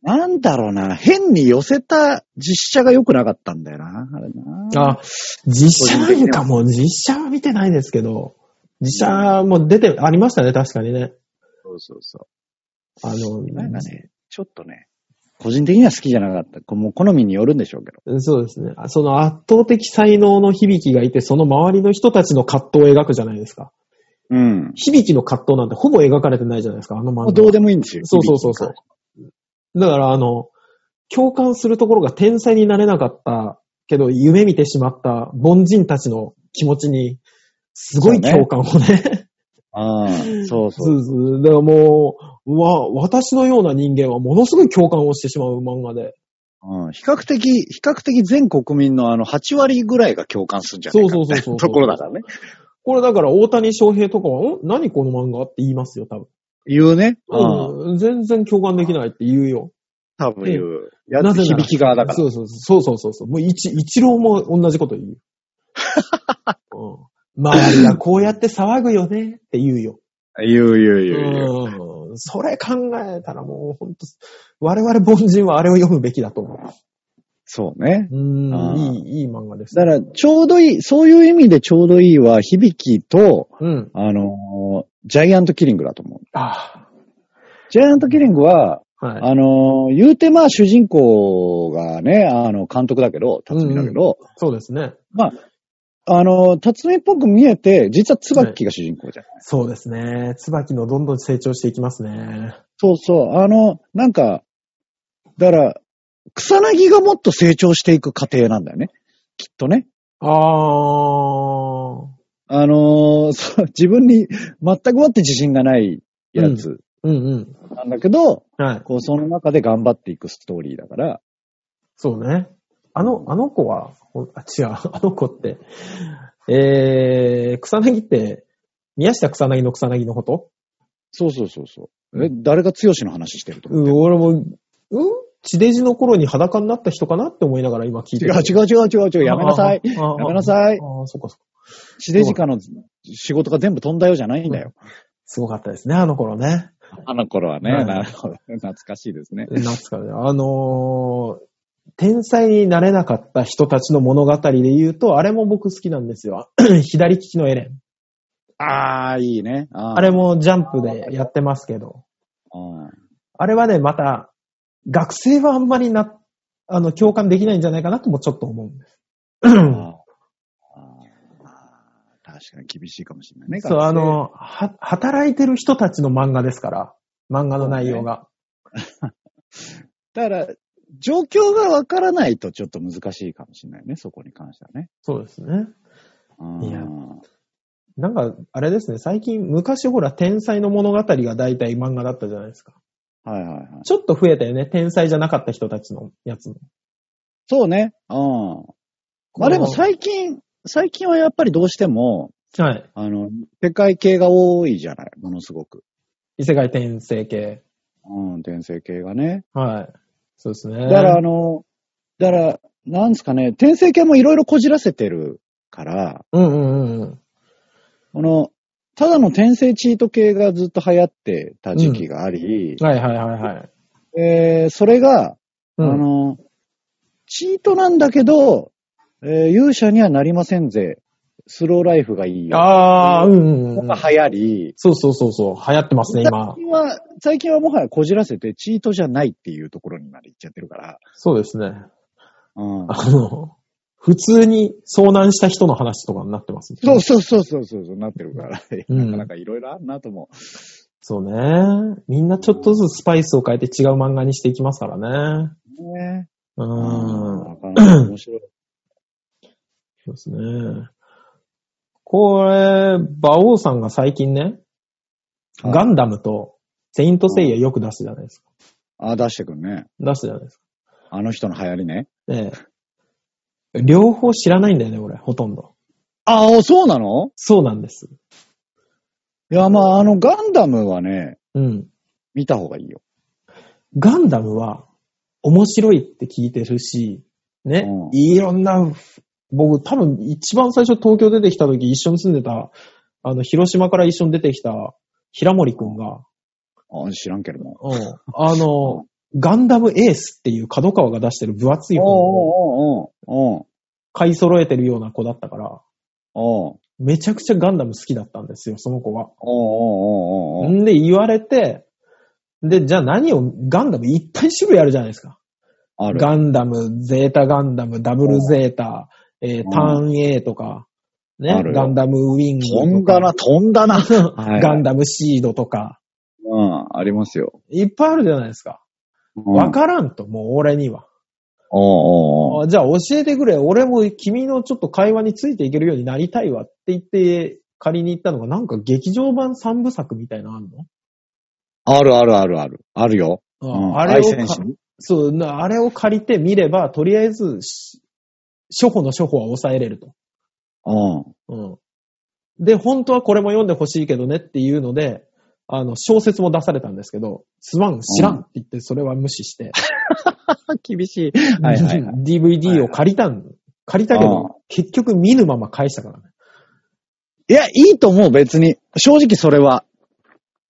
Speaker 3: なんだろうな、変に寄せた実写が良くなかったんだよな、あれな。
Speaker 2: あ、実写なんかも、実写は見てないですけど、実写も出て、ありましたね、確かにね。
Speaker 3: そうそうそ
Speaker 2: あの、
Speaker 3: う。なんかね、ちょっとね、個人的には好きじゃなかった。こもう好みによるんでしょうけど。
Speaker 2: そうですね。あその圧倒的才能の響きがいて、その周りの人たちの葛藤を描くじゃないですか。
Speaker 3: うん。
Speaker 2: 響きの葛藤なんてほぼ描かれてないじゃないですか、あの漫
Speaker 3: も
Speaker 2: 画。
Speaker 3: うどうでもいいんですよ。
Speaker 2: そうそうそうそう。だから、あの、共感するところが天才になれなかったけど、夢見てしまった凡人たちの気持ちに、すごい共感をね
Speaker 3: ああ、そうそ。
Speaker 2: そううそう。だからもう、わ、私のような人間はものすごい共感をしてしまう漫画で。
Speaker 3: うん、比較的、比較的全国民のあの8割ぐらいが共感するんじゃないか
Speaker 2: そうそうそうそう
Speaker 3: みたいなところだからね。
Speaker 2: これだから大谷翔平とかは、ん何この漫画って言いますよ、多
Speaker 3: 言うね。うん。
Speaker 2: 分。うん、全然共感できないって言うよ。
Speaker 3: 多分言う。や
Speaker 2: なぜなら
Speaker 3: 響き側だから。
Speaker 2: そうそうそうそうそうそう。もう一、一郎も同じこと 言う。うん、周りがこうやって騒ぐよねって言うよ。
Speaker 3: 言う言う言う言う。
Speaker 2: うん。それ考えたらもう本当我々凡人はあれを読むべきだと思う。
Speaker 3: そうね。
Speaker 2: うん、
Speaker 3: あー
Speaker 2: いい、いい漫画です。
Speaker 3: だから、ちょうどいい、そういう意味でちょうどいいは、響きと、
Speaker 2: うん。
Speaker 3: あのージャイアントキリングだと思う。
Speaker 2: あ
Speaker 3: ジャイアントキリングは、
Speaker 2: あ。はい。
Speaker 3: あのー言うてまあ主人公がね、あの、監督だけど、辰巳だけど、
Speaker 2: そうですね。
Speaker 3: あのー辰巳っぽく見えて、実は椿が主人公じゃん。
Speaker 2: そうですね。椿のどんどん成長していきますね。
Speaker 3: そうそう、あの、なんか、だから、草薙がもっと成長していく過程なんだよね。きっとね。
Speaker 2: あー。
Speaker 3: あのー そう自分に全くもって自信がないやつ。
Speaker 2: うんうん。
Speaker 3: なんだけど、
Speaker 2: はい。
Speaker 3: こう、その中で頑張っていくストーリーだから、
Speaker 2: そうね。あの、あの子は、ほあ違う、 あの子って、えー、草薙って、宮下草薙の草薙のこと
Speaker 3: そうそうそうそう。え、誰が強しの話してると思
Speaker 2: うん、俺も、うん地デジの頃に裸になった人かなって思いながら今聞いて
Speaker 3: 違う違う違う違う違う、やめなさい。
Speaker 2: あー。
Speaker 3: やめなさい
Speaker 2: あ。ーあー、そっかそっか。
Speaker 3: 地デジカの仕事が全部飛んだよじゃないんだよ。
Speaker 2: すごかったですね、あの頃ね。
Speaker 3: あの頃はね、
Speaker 2: はい
Speaker 3: なるほど。懐かしいですね。
Speaker 2: なんすかね、あのー天才になれなかった人たちの物語で言うと、あれも僕好きなんですよ。 左利きのエレン。
Speaker 3: あー、いいね。あー
Speaker 2: あれもジャンプでやってますけど、
Speaker 3: うん
Speaker 2: あれはね、また、学生はあんまりな、あの、共感できないんじゃないかなともちょっと思うんです。
Speaker 3: あーあー確かに厳しいかもしれないね。
Speaker 2: そう、
Speaker 3: 学生
Speaker 2: あ、の、は、働いてる人たちの漫画ですから、漫画の内容が。
Speaker 3: だから、状況がわからないとちょっと難しいかもしれないね、そこに関してはね。
Speaker 2: そうですね。
Speaker 3: うん
Speaker 2: いやなんか、あれですね、最近、昔ほら、天才の物語が大体漫画だったじゃないですか。
Speaker 3: はいはいはい。
Speaker 2: ちょっと増えたよね。天才じゃなかった人たちのやつも。
Speaker 3: そうね。うん。まあでも最近、最近はやっぱりどうしても、
Speaker 2: はい。
Speaker 3: あの、世界系が多いじゃない、ものすごく。
Speaker 2: 異世界転生系。
Speaker 3: うん、転生系がね。
Speaker 2: はい。そうですね。
Speaker 3: だからあの、だから、なんですかね、転生系もいろいろこじらせてるから、
Speaker 2: うんうんうん。
Speaker 3: この、ただの転生チート系がずっと流行ってた時期があり、
Speaker 2: はいはいはいはい。
Speaker 3: えーそれが、
Speaker 2: うん
Speaker 3: あの、チートなんだけど、えー勇者にはなりませんぜ。スローライフがいいよ。
Speaker 2: ああ、うんうん、うん。
Speaker 3: が流行り、
Speaker 2: そうそうそうそう。流行ってますね、今
Speaker 3: 最。近は、最近はもはやこじらせて、チートじゃないっていうところにまで行っちゃってるから。
Speaker 2: そうですね。
Speaker 3: うん、
Speaker 2: あの、普通に遭難した人の話とかになってます、ね。
Speaker 3: そうそうそうそうそうそう、なってるから。
Speaker 2: うん
Speaker 3: なかなかいろいろあるなとも。
Speaker 2: そうね。みんなちょっとずつスパイスを変えて違う漫画にしていきますからね。
Speaker 3: ね、
Speaker 2: う。
Speaker 3: うんなかなか面白い。
Speaker 2: そうですね。これ、馬王さんが最近ね、
Speaker 3: はい
Speaker 2: ガンダムと、セイントセイヤよく出すじゃないですか。
Speaker 3: あ、出してくんね。
Speaker 2: 出すじゃないですか。
Speaker 3: あの人の流行りね。
Speaker 2: ええ。両方知らないんだよね、俺、ほとんど。
Speaker 3: ああ、そうなの
Speaker 2: そうなんです。
Speaker 3: いや、まあ、あの、ガンダムはね、
Speaker 2: うん。
Speaker 3: 見た方がいいよ。
Speaker 2: ガンダムは、面白いって聞いてるし、ね、
Speaker 3: うん
Speaker 2: いろんな、僕多分一番最初東京出てきた時一緒に住んでた、あの、広島から一緒に出てきた平森くんが、
Speaker 3: あ知らんけども。
Speaker 2: うんあの、ガンダムエースっていう角川が出してる分厚い本を
Speaker 3: おうおうおうおう
Speaker 2: 買い揃えてるような子だったから、
Speaker 3: おうおう
Speaker 2: めちゃくちゃガンダム好きだったんですよ、その子は。
Speaker 3: おうおうおうおうおうん
Speaker 2: で、言われて、で、じゃあ何を、ガンダム一体種類あるじゃないですか。
Speaker 3: ある。
Speaker 2: ガンダム、ゼータガンダム、ダブルゼータ、えーターン A とか、ね
Speaker 3: ある、よ
Speaker 2: ガンダムウィングとか。
Speaker 3: 飛んだな、飛んだな。 はい
Speaker 2: ガンダムシードとか、
Speaker 3: うん、ありますよ。
Speaker 2: いっぱいあるじゃないですか。
Speaker 3: うん
Speaker 2: わからんと、もう俺には。
Speaker 3: おうおうおう
Speaker 2: あじゃあ教えてくれ。俺も君のちょっと会話についていけるようになりたいわって言って、借りに行ったのが、なんか劇場版三部作みたいなのあるの
Speaker 3: あるあるあるある。あるよ。うん
Speaker 2: ああれを
Speaker 3: 愛
Speaker 2: か
Speaker 3: 戦士の
Speaker 2: そう、なあれを借りて見れば、とりあえずし、初歩の初歩は抑えれると。
Speaker 3: うん。
Speaker 2: うん。で、本当はこれも読んでほしいけどねっていうので、あの、小説も出されたんですけど、すまん、知らんって言って、それは無視して、
Speaker 3: 厳しい。はいは いはい。
Speaker 2: DVD を借りたん、借りたけ
Speaker 3: うん
Speaker 2: ど、結局見ぬまま返したからね。
Speaker 3: いや、いいと思う、別に。正直それは。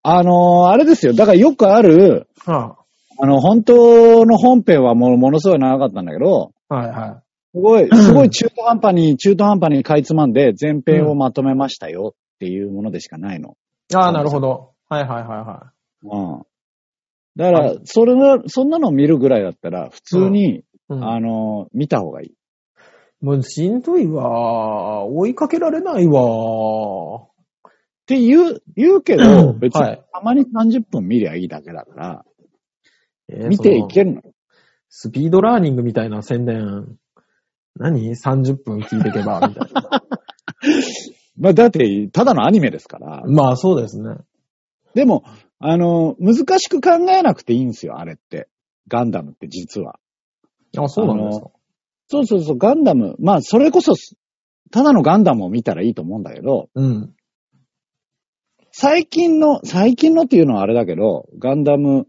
Speaker 3: あのーあれですよ。だからよくある、
Speaker 2: は
Speaker 3: あの、本当の本編はもうものすごい長かったんだけど、
Speaker 2: あ、はいは
Speaker 3: すごい、すごい中途半端に、中途半端にかいつまんで、前編をまとめましたよっていうものでしかないの。
Speaker 2: い。ああ、なるほど。はいはいはいは
Speaker 3: うん。だから、それが、そんなのを見るぐらいだったら、普通に、
Speaker 2: い。うん
Speaker 3: あのー見た方がいい。
Speaker 2: もうしんどいわ。追いかけられないわ。
Speaker 3: って言う、言うけど、
Speaker 2: うん
Speaker 3: 別に、
Speaker 2: はい
Speaker 3: たまに30分見りゃいいだけだから、
Speaker 2: えー
Speaker 3: 見ていけるの。
Speaker 2: スピードラーニングみたいな宣伝、何 ?30 分聞いてけば、みたいな。
Speaker 3: まあ、だって、ただのアニメですから。
Speaker 2: まあそうですね。
Speaker 3: でも、あの、難しく考えなくていいんですよ、あれって。ガンダムって実は。
Speaker 2: あ、そうなんですか。
Speaker 3: そうそうそう、ガンダム。まあ、それこそ、ただのガンダムを見たらいいと思うんだけど、
Speaker 2: うん。
Speaker 3: 最近の、最近のっていうのはあれだけど、ガンダム、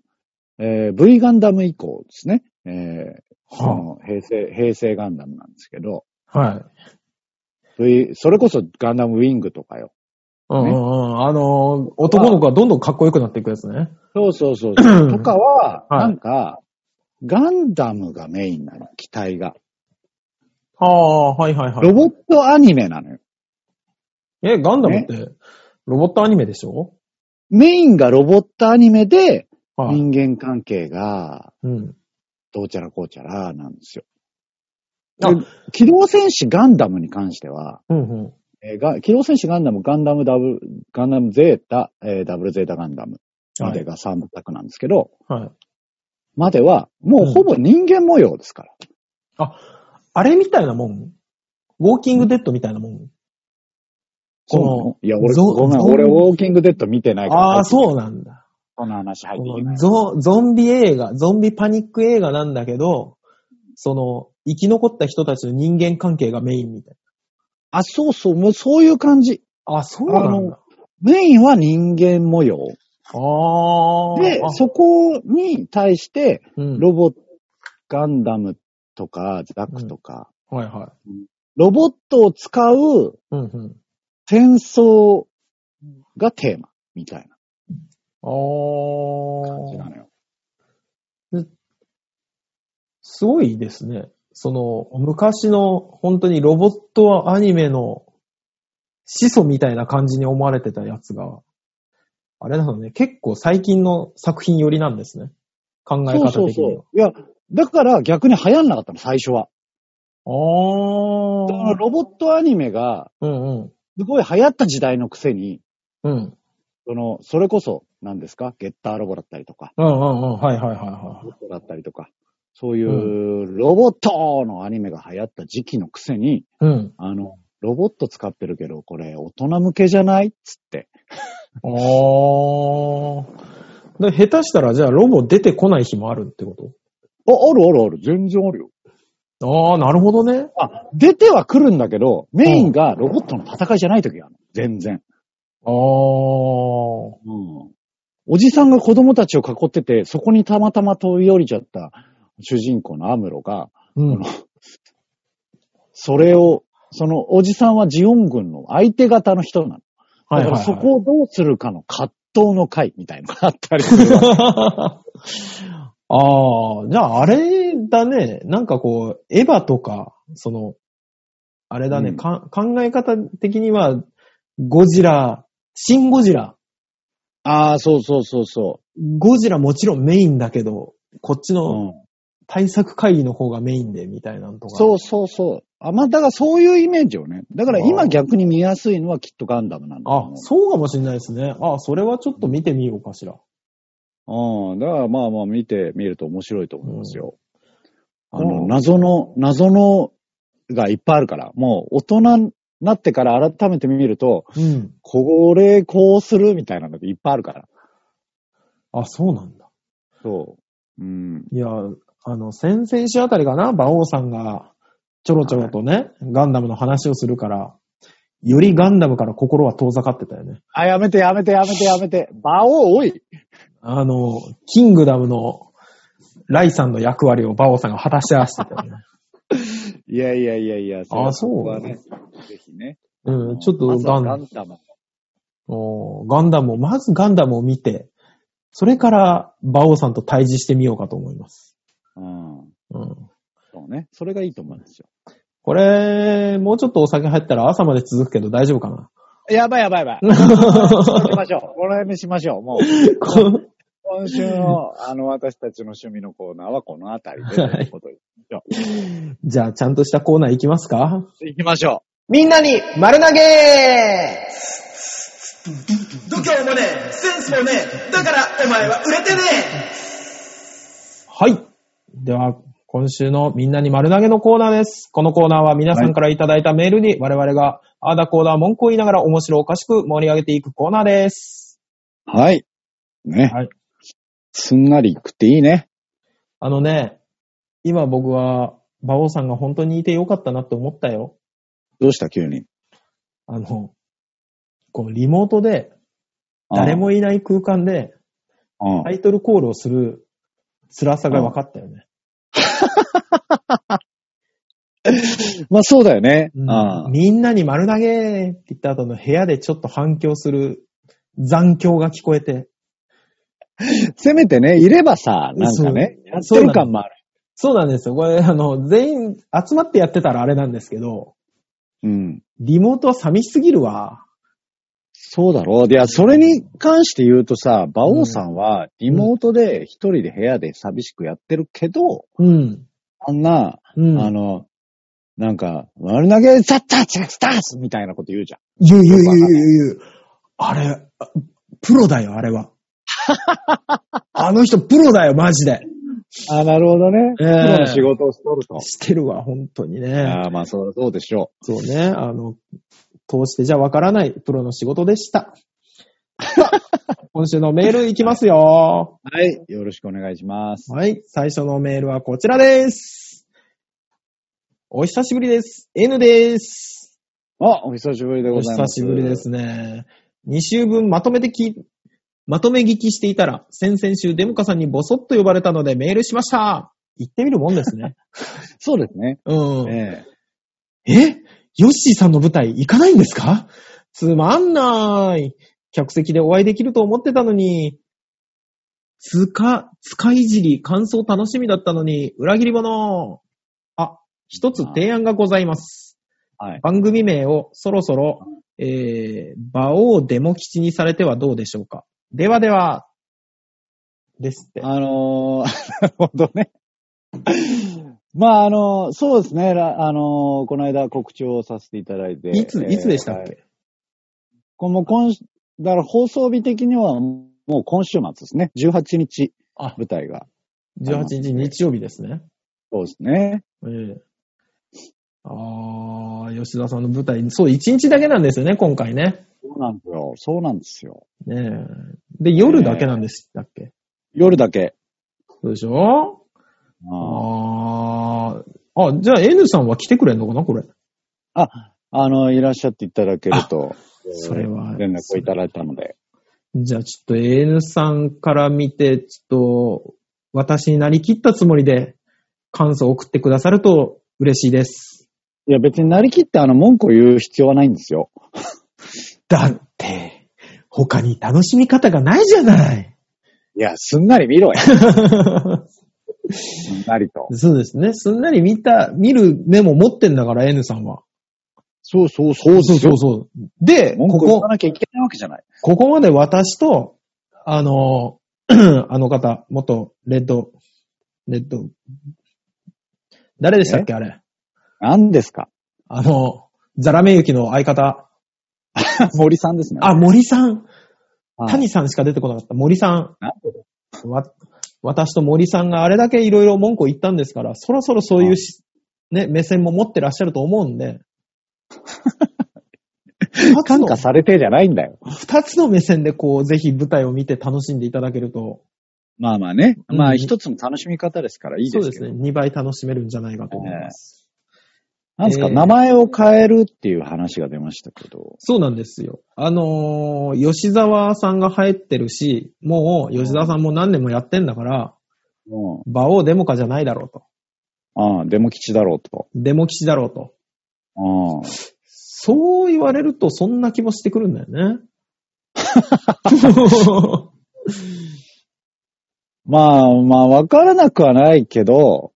Speaker 3: えー V ガンダム以降ですね。えーその平成、平成ガンダムなんですけど、
Speaker 2: はい。
Speaker 3: V、それこそガンダムウィングとかよ。
Speaker 2: うんうんうん。あのー、男の子はどんどんかっこよくなっていくやつね。
Speaker 3: そうそうそうそう とかは、
Speaker 2: はい
Speaker 3: なんか、ガンダムがメインなの、機体が。
Speaker 2: ああ、はいはいは
Speaker 3: ロボットアニメなのよ。
Speaker 2: い。え、ガンダムって、ロボットアニメでしょ
Speaker 3: メインがロボットアニメで、
Speaker 2: はい。
Speaker 3: 人間関係が、
Speaker 2: うん。
Speaker 3: どうちゃらこうちゃらなんですよ。
Speaker 2: あ
Speaker 3: で機動戦士ガンダムに関しては、
Speaker 2: うんうん。
Speaker 3: えーが機動戦士ガンダム、ガンダムダブル、ガンダムゼータ、えーダブルゼータガンダムまでが3部作なんですけど、
Speaker 2: はい。
Speaker 3: までは、もうほぼ人間模様ですから。
Speaker 2: あれみたいなもんウォーキングデッドみたいなもん
Speaker 3: そうな
Speaker 2: こ
Speaker 3: のいや、俺、
Speaker 2: ゾ
Speaker 3: ごめん、
Speaker 2: ゾ
Speaker 3: 俺、ウォーキングデッド見てないから。。
Speaker 2: ああ、そううなんだ。
Speaker 3: この話入ってい
Speaker 2: こ
Speaker 3: けな
Speaker 2: の
Speaker 3: い。
Speaker 2: ゾゾンビ映画、ゾンビパニック映画なんだけど、その、生き残った人たちの人間関係がメインみたい
Speaker 3: あ、そうそう、もうそういう感じ。
Speaker 2: な。あ、そうなんだ。
Speaker 3: メインは人間模様。
Speaker 2: ああ。
Speaker 3: で
Speaker 2: あ、
Speaker 3: そこに対して、
Speaker 2: うん、
Speaker 3: ロボット、ガンダムとか、ザクとか、
Speaker 2: はいはい。
Speaker 3: ロボットを使う
Speaker 2: うんうん。
Speaker 3: 戦争がテーマ、みたいな感じ
Speaker 2: あ
Speaker 3: な
Speaker 2: あ。
Speaker 3: のよ。
Speaker 2: すごいですね。その、昔の本当にロボットアニメの始祖みたいな感じに思われてたやつが、あれなのね、結構最近の作品寄りなんですね。考え
Speaker 3: そう
Speaker 2: 方
Speaker 3: そう
Speaker 2: 的には
Speaker 3: そ。う。いや、だから逆に流行んなかったの、最初は。だか
Speaker 2: あ
Speaker 3: ら
Speaker 2: あ。
Speaker 3: ロボットアニメが、
Speaker 2: うんうん。
Speaker 3: すごい流行った時代のくせに、
Speaker 2: うん。
Speaker 3: その、それこそ、何ですかゲッターロボだったりとか、
Speaker 2: うんうんうん。はいはいはいは
Speaker 3: ロボットだったりとか、そういうロボットのアニメが流行った時期のくせに、
Speaker 2: うん。
Speaker 3: あの、ロボット使ってるけど、これ大人向けじゃないっつって。
Speaker 2: あー。で下手したら、じゃあロボ出てこない日もあるってこ
Speaker 3: あ、あるあるある。全然あるよ。
Speaker 2: とあー、なるほどね。
Speaker 3: あ、出ては来るんだけど、メインがロボットの戦いじゃない時がある。全然。
Speaker 2: あー。
Speaker 3: うん。おじさんが子供たちを囲ってて、そこにたまたま飛び降りちゃった主人公のアムロが、
Speaker 2: うん。
Speaker 3: それを、そのおじさんはジオン軍の相手方の人なの。だからそ こをどうするかの葛藤の回みたいのがあったりす るわ。
Speaker 2: ああ、じゃああれだね。なんかこう、エヴァとか、その、あれだね、
Speaker 3: うん
Speaker 2: か考え方的には、ゴジラ、シンゴジラ。
Speaker 3: ああ、そうそうそうそ
Speaker 2: ゴジラもちろんメインだけど、こっち
Speaker 3: う。
Speaker 2: の対策会議の方がメインで、みたいなのとか。
Speaker 3: そうそうそう。あ、まあ、だからそういうイメージをね。だから
Speaker 2: あ
Speaker 3: 今
Speaker 2: ー
Speaker 3: 逆に見やすいのはきっとガンダムなんだ
Speaker 2: あ
Speaker 3: と、
Speaker 2: そうかもしれないですね。あそれはちょっと見てみようかしら。
Speaker 3: 思う。うん。だからまあまあ見てみると面白いと思いますよ。
Speaker 2: うんう
Speaker 3: あの、
Speaker 2: ん
Speaker 3: 謎の、謎のがいっぱいあるから、もう大人になってから改めて見ると、
Speaker 2: うん。
Speaker 3: これこうするみたいなのっていっぱいあるから。
Speaker 2: あ、そうなんだ。
Speaker 3: そう。うん。
Speaker 2: いや、あの、先々週あたりかな、馬王さんがちょろちょろとね、ガンダムの話をするから、よりガンダムから心は遠ざかってたよね。
Speaker 3: あ、やめてやめてやめてやめて。場を多い。
Speaker 2: あの、キングダムのライさんの役割を馬王さんが果たしてらしてたよ ね。
Speaker 3: いやいやいやいや、
Speaker 2: あ
Speaker 3: こはね、ぜひね。
Speaker 2: うん、ちょっと
Speaker 3: まずは
Speaker 2: ガ
Speaker 3: ガ
Speaker 2: ン
Speaker 3: ンダム。
Speaker 2: おーガンダムを、まずガンダムを見て、それから馬王さんと対峙してみようかと思います。
Speaker 3: うん。
Speaker 2: うん
Speaker 3: そうね。それがいいと思うんですよ。
Speaker 2: これ、もうちょっとお酒入ったら朝まで続くけど大丈夫か な
Speaker 3: やばいやばいや ばい。行きましょう。この辺にしましょう。もう、
Speaker 2: こ
Speaker 3: 今週の、あの、私たちの趣味のコーナーはこのあたりでということで。
Speaker 2: じゃあ、ちゃんとしたコーナー行きますか
Speaker 3: 行きましょ
Speaker 2: みんなに丸投げ
Speaker 1: 度胸もねえ、センスもねえ、だからお前は売れてねえ
Speaker 2: はい。では、今週のみんなに丸投げのコーナーです。このコーナーは皆さんからいただいたメールに我々が、あーだこーだ文句を言いながら面白おかしく盛り上げていくコーナーです。
Speaker 3: う。はい。ね。
Speaker 2: はい
Speaker 3: すんなり行くっていいね。
Speaker 2: あのね、今僕は、馬王さんが本当にいてよかったなって思ったよ。
Speaker 3: どうした急に。
Speaker 2: あの、このリモートで、誰もいない空間で、
Speaker 3: うん。うん
Speaker 2: タイトルコールをする辛さが分かったよね。
Speaker 3: まあそうだよね。う。
Speaker 2: うんんみんなに丸投げって言った後の部屋でちょっと反響する残響が聞こえて。
Speaker 3: せめてね、いればさ、なんかね、やっ
Speaker 2: そう
Speaker 3: てる感もある。
Speaker 2: そうなんですよ。これ、あの、全員集まってやってたらあれなんですけど、
Speaker 3: うん。
Speaker 2: リモートは寂しすぎるわ。
Speaker 3: そうだろう。いや、それに関して言うとさ、馬王さんはリモートで一人で部屋で寂しくやってるけど、
Speaker 2: うん。
Speaker 3: あんな、
Speaker 2: うん。
Speaker 3: あの、なんか、丸投げ、ザッタッチャスタッスみたいなこと言うじゃん。
Speaker 2: 言う言う言う言う言う。あれ、あプロだよ、あれ は。あの人プロだよ、マジで。
Speaker 3: あ、なるほどね。
Speaker 2: え
Speaker 3: プ
Speaker 2: え
Speaker 3: ロの仕事をしとると。
Speaker 2: してるわ、本当にね。
Speaker 3: ああ、まあ、そう、そうでしょ
Speaker 2: そうね、あの、通してじゃわからないプロの仕事で した。では今週のメールいきますよ。
Speaker 3: う。はい。よろしくお願いします。
Speaker 2: はい、最初のメールはこちらです。お久しぶりです。N です。
Speaker 3: あ、お久しぶりで
Speaker 2: お
Speaker 3: ございま
Speaker 2: 久
Speaker 3: す。
Speaker 2: しぶりで。すね。2週分まとめてき、まとめ聞きしていたら、先々週デムカさんにボソッと呼ばれたのでメールしました。言ってみるもんですね。
Speaker 3: そうですね。
Speaker 2: うん。
Speaker 3: ええ
Speaker 2: えヨッシーさんの舞台行かないんですかつまんない。客席でお会いできると思ってたのに。つか、つかいじり、感想楽しみだったのに、裏切り者。あ、一つ提案がございます。
Speaker 3: はい。
Speaker 2: 番組名をそろそろ、えー、馬王デモ吉にされてはどうでしょうか。ではでは、ですって。
Speaker 3: あのー、 なるほどね。まあ、あのー、そうですね。らあのー、この間告知をさせていただいて。
Speaker 2: いつ、いつでした
Speaker 3: え
Speaker 2: っ
Speaker 3: ー
Speaker 2: け、
Speaker 3: この今週、だから放送日的にはもう今週末ですね。18日
Speaker 2: あ、
Speaker 3: 舞台が
Speaker 2: 18日日曜日ですね。
Speaker 3: そうですね。
Speaker 2: ええ。ああ、吉田さんの舞台、そう、1日だけなんですよね、今回ね。
Speaker 3: そうなんですよ。そうなんですよ。
Speaker 2: ねえ。で、夜だけなんでしたっけ
Speaker 3: 夜だけ。
Speaker 2: そうでしょ
Speaker 3: あ
Speaker 2: ああ。あ、じゃあ N さんは来てくれんのかな、これ。
Speaker 3: あ、あの、いらっしゃっていただけると、えー
Speaker 2: それは
Speaker 3: 連絡をいただいたので。
Speaker 2: じゃあちょっと N さんから見て、ちょっと、私になりきったつもりで、感想を送ってくださると嬉しいです。
Speaker 3: いや、別になりきってあの、文句を言う必要はないんですよ。
Speaker 2: だって、他に楽しみ方がないじゃない。
Speaker 3: いや、すんなり見 ろや。すんなりと。
Speaker 2: そうですね。すんなり見た、見る目も持ってんだから、N さんは。
Speaker 3: そうそう、そう
Speaker 2: そうそうそう。で、こ
Speaker 3: 文句を言
Speaker 2: こ
Speaker 3: わ、なきゃいけないわけじゃない。
Speaker 2: ここまで私と、あの、 あの方、元、レッド、レッド、誰でしたっけ、あれ。
Speaker 3: 何ですか
Speaker 2: あの、ザラメユキの相方。
Speaker 3: 森さんですね。
Speaker 2: あ、森さん。
Speaker 3: はい、
Speaker 2: 谷さんしか出てこなかった。森さん
Speaker 3: な。
Speaker 2: わ、私と森さんがあれだけいろいろ文句を言ったんですから、そろそろそういうし、ね、目線も持ってらっしゃると思うん で。二つ
Speaker 3: 感
Speaker 2: の
Speaker 3: 化されてじゃないんだよ。
Speaker 2: 二つの目線でこう、ぜひ舞台を見て楽しんでいただけると、
Speaker 3: まあまあね。
Speaker 2: うん
Speaker 3: まあ、一つの楽しみ方ですから、いい
Speaker 2: そう
Speaker 3: です
Speaker 2: で
Speaker 3: け
Speaker 2: す
Speaker 3: ど。
Speaker 2: ね、2倍楽しめるんじゃないかと思います。
Speaker 3: なんですか、
Speaker 2: えー
Speaker 3: 名前を変えるっていう話が出ましたけど。
Speaker 2: そうなんですよ。あのー吉沢さんが入ってるし、もう吉沢さんも何年もやってんだから、
Speaker 3: うん。
Speaker 2: 馬王デモカじゃないだろうと。
Speaker 3: ああ、デモ吉だろうと。
Speaker 2: デモ吉だろうと。
Speaker 3: ああ。
Speaker 2: そう言われるとそんな気もしてくるんだよ ね。
Speaker 3: まあまあ、わからなくはないけど、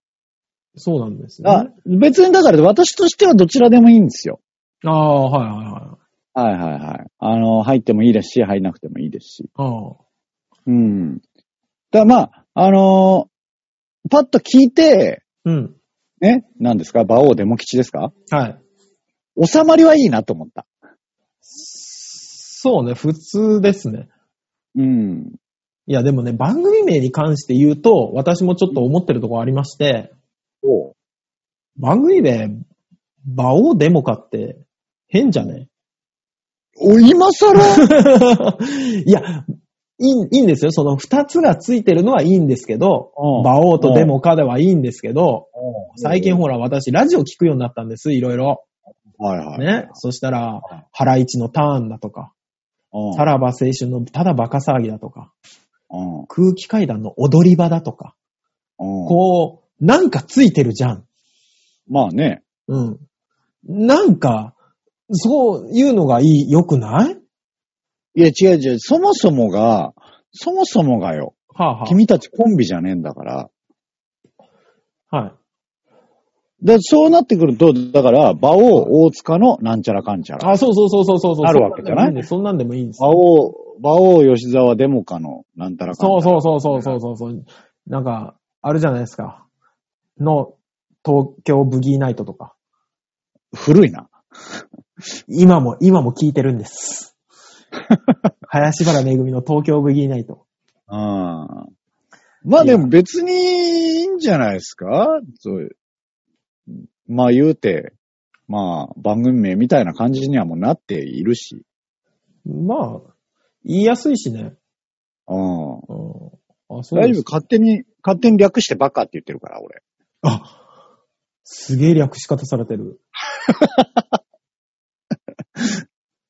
Speaker 2: そうなんですね。
Speaker 3: あ
Speaker 2: あ、
Speaker 3: 別にだから私としてはどちらでもいいんですよ。
Speaker 2: あー、はいはいはい。
Speaker 3: はいはいはい。あの、入ってもいいですし、入らなくてもいいですし。
Speaker 2: あー
Speaker 3: うん。だからまあ、あのーパッと聞いて、
Speaker 2: うん。
Speaker 3: ね、何ですか馬王デモ吉ですか
Speaker 2: はい。
Speaker 3: 収まりはいいなと思った。
Speaker 2: そうね、普通ですね。
Speaker 3: うん。
Speaker 2: いや、でもね、番組名に関して言うと、私もちょっと思ってるところありまして、
Speaker 3: そ
Speaker 2: 番組名、馬王デモカって変じゃ ね
Speaker 3: う。お、今更
Speaker 2: いや、いいいいんですよ。その二つがついてるのはいいんですけど、
Speaker 3: うん
Speaker 2: 馬王とデモカではいいんですけど、最近ほら私ラジオ聞くようになったんです、いろいろ。
Speaker 3: はいはい。
Speaker 2: ね。そしたら
Speaker 3: い、
Speaker 2: ハライチのターンだとか、
Speaker 3: うん。
Speaker 2: さらば青春のただバカ騒ぎだとか、
Speaker 3: うん。うん。
Speaker 2: 空気階段の踊り場だとか、こう、なんかついてるじゃん。
Speaker 3: まあね。
Speaker 2: うん。なんか、そういうのがいい、良くない
Speaker 3: いや違う違う。そもそもが、そもそもがよ。
Speaker 2: はあ、は
Speaker 3: 君たちコンビじゃねえんだから。
Speaker 2: あ、はい。
Speaker 3: で、そうなってくると、だから、馬王、大塚のなんちゃらかんちゃら。
Speaker 2: あ、そうそうそうそうそうそう。
Speaker 3: あるわけじゃない
Speaker 2: そんなんでもいいんです
Speaker 3: 馬
Speaker 2: よ。
Speaker 3: 王、馬王、吉沢、デモカのなんたらかんちゃ
Speaker 2: そ
Speaker 3: ら。
Speaker 2: うそうそうそうそうそうそう。なんか、あるじゃないですか。の、東京ブギーナイトとか。
Speaker 3: 古いな。
Speaker 2: 今も、今も聞いてるん です。林原めぐみの東京ブギーナイト。
Speaker 3: あまあでも別にいいんじゃないですかそうまあ言うて、まあ番組名みたいな感じにはもうなっているし。
Speaker 2: まあ、言いやすいしね。
Speaker 3: うん
Speaker 2: うん、あ、そうで
Speaker 3: 大丈
Speaker 2: す
Speaker 3: 夫。勝手に、勝手に略してバカって言ってるから、俺。
Speaker 2: あ、すげえ略し方されて る。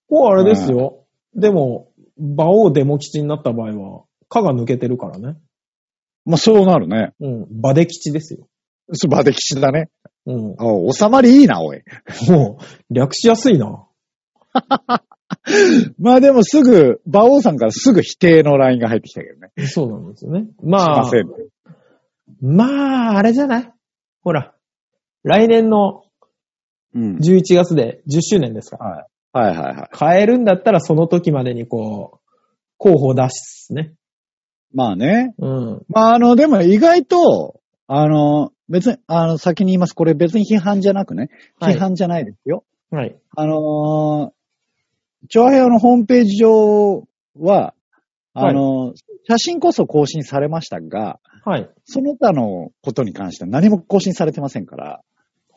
Speaker 2: もうあれですよ。でも、馬王デモ吉になった場合は、歯が抜けてるからね。
Speaker 3: まあそうなるね。
Speaker 2: うん、馬で吉ですよ。
Speaker 3: スバデキシだね。
Speaker 2: うん、
Speaker 3: あ収まりいいな、おい。
Speaker 2: もう、略しやすいな。
Speaker 3: まあでもすぐ、馬王さんからすぐ否定のラインが入ってきたけどね。
Speaker 2: そうなんですよね。
Speaker 3: すい
Speaker 2: まあ
Speaker 3: ま、せん。
Speaker 2: まあ、あれじゃないほら、来年の
Speaker 3: うん。
Speaker 2: 11月で10周年ですから。
Speaker 3: はいはいはい。
Speaker 2: 変えるんだったらその時までにこう、候補を出すね。
Speaker 3: まあね。
Speaker 2: うん。
Speaker 3: まあ、あの、でも意外と、あの、別に、あの、先に言います。これ別に批判じゃなくね。
Speaker 2: はい
Speaker 3: 批判じゃないですよ。
Speaker 2: はい。
Speaker 3: あのー、長平のホームページ上は、あのー写真こそ更新されましたが、
Speaker 2: はい。
Speaker 3: その他のことに関しては何も更新されてませんから、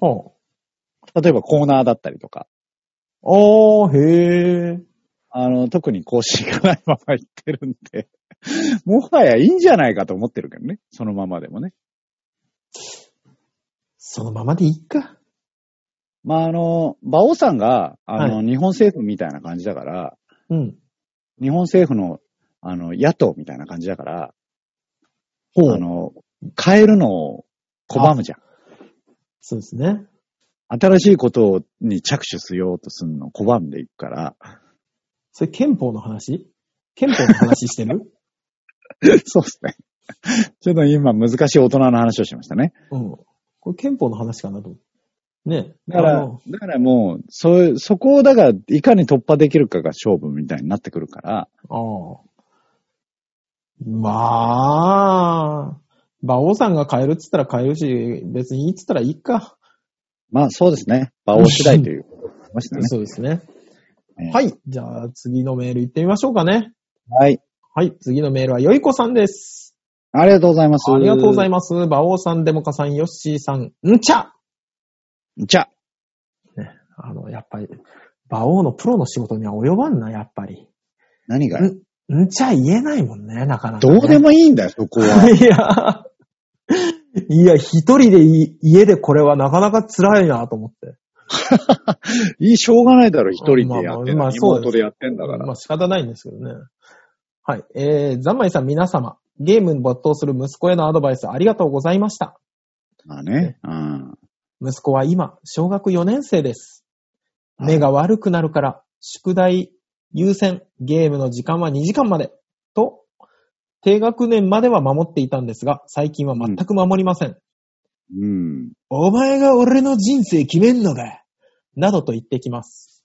Speaker 2: は
Speaker 3: 例えばコーナーだったりとか、
Speaker 2: あ。あー、へー。
Speaker 3: あの、特に更新がないまま行ってるんで、 もはやいいんじゃないかと思ってるけどね、そのままでもね。
Speaker 2: そのままでいいか。
Speaker 3: まあ、あの、馬王さんが、あの、
Speaker 2: は
Speaker 3: 日本政府みたいな感じだから、
Speaker 2: うん。
Speaker 3: 日本政府の、あの、野党みたいな感じだから、
Speaker 2: ほ
Speaker 3: あの、変えるのを拒むじゃん。
Speaker 2: そうですね。
Speaker 3: 新しいことに着手しようとするのを拒んでいくから、
Speaker 2: それ憲法の 話憲法の話してる
Speaker 3: そうですね。 ちょっと今難しい大人の話をしましたね。
Speaker 2: うん。これ憲法の話かなと思う。ね。
Speaker 3: だから
Speaker 2: あの、
Speaker 3: だからもう、そう、そこをだから、いかに突破できるかが勝負みたいになってくるから、
Speaker 2: ああ。まあ、馬王さんが変えるっつったら変えるし、別にいいっつったらいいか。
Speaker 3: まあそうですね。馬王次第ということになりましたね。
Speaker 2: そうですね。
Speaker 3: ええ
Speaker 2: はい。じゃあ次のメール行ってみましょうかね。
Speaker 3: はい。
Speaker 2: はい。次のメールはよいこさんです。
Speaker 3: ありがとうございます。
Speaker 2: ありがとうござい
Speaker 3: ま
Speaker 2: ます。馬王さん、デモカさん、ヨッシーさん、んちゃ
Speaker 3: す。じゃあ、
Speaker 2: あの、やっぱり、馬王のプロの仕事には及ばんな、やっぱり。
Speaker 3: 何が
Speaker 2: んちゃ言えないもんね、なかなか、
Speaker 3: どうでもいいんだよ、そこは。
Speaker 2: いや、いや、一人でい家でこれはなかなか辛いなと思って。
Speaker 3: いい、しょうがないだろ、一人でやってん
Speaker 2: まあまあまあ
Speaker 3: だ。リモートでやってんだから
Speaker 2: ま。あ仕方ないんですけどね。はい。えー、ざんまいさん皆様、ゲームに没頭する息子へのアドバイスありがとうございました。
Speaker 3: まあね。うん。
Speaker 2: 息子は今、小学4年生です。目が悪くなるから、宿題優先、ゲームの時間は2時間まで、と、低学年までは守っていたんですが、最近は全く守りません。
Speaker 3: うん。
Speaker 2: お前が俺の人生決めんのかなどと言ってきます。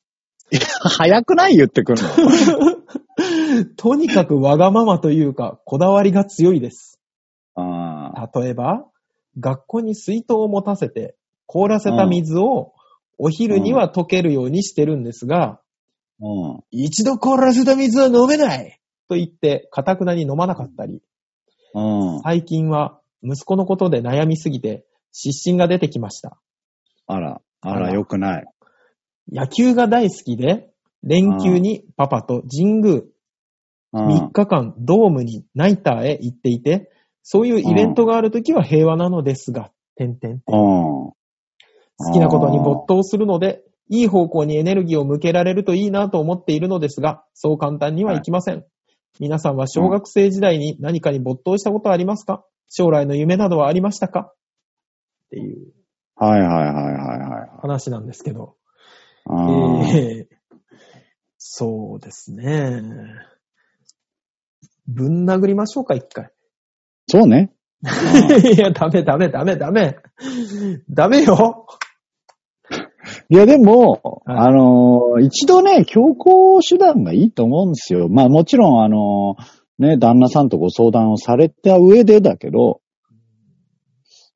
Speaker 3: 早くない言ってくるの。
Speaker 2: とにかくわがままというか、こだわりが強いです。
Speaker 3: ああ。
Speaker 2: 例えば、学校に水筒を持たせて、凍らせた水をお昼には溶けるようにしてるんですが、
Speaker 3: うん。
Speaker 2: 一度凍らせた水は飲めないと言って、かたくなに飲まなかったり、
Speaker 3: うん。
Speaker 2: 最近は息子のことで悩みすぎて、失神が出てきました。
Speaker 3: あら、あ
Speaker 2: あら
Speaker 3: ら、よくない。
Speaker 2: 野球が大好きで、連休にパパと神宮
Speaker 3: うん
Speaker 2: 3。日間ドームにナイターへ行っていて、そういうイベントがあるときは平和なのですが、点々
Speaker 3: うん。
Speaker 2: 好きなことに没頭するので、いい方向にエネルギーを向けられるといいなと思っているのですが、そう簡単にはいきません。皆さんは小学生時代に何かに没頭したことはありますか将来の夢などはありましたかっていう
Speaker 3: はいはいはいはいはい。
Speaker 2: 話なんですけど。え
Speaker 3: あー
Speaker 2: ーそうですね。ぶん殴りましょうか、一回。
Speaker 3: そうね。
Speaker 2: いや、ダメ、ダメ、ダメ、ダメ。ダメよ。
Speaker 3: いやでも、
Speaker 2: はい
Speaker 3: あのー一度ね、強行手段がいいと思うんですよ。まあもちろん、あのーね、旦那さんとご相談をされた上でだけど、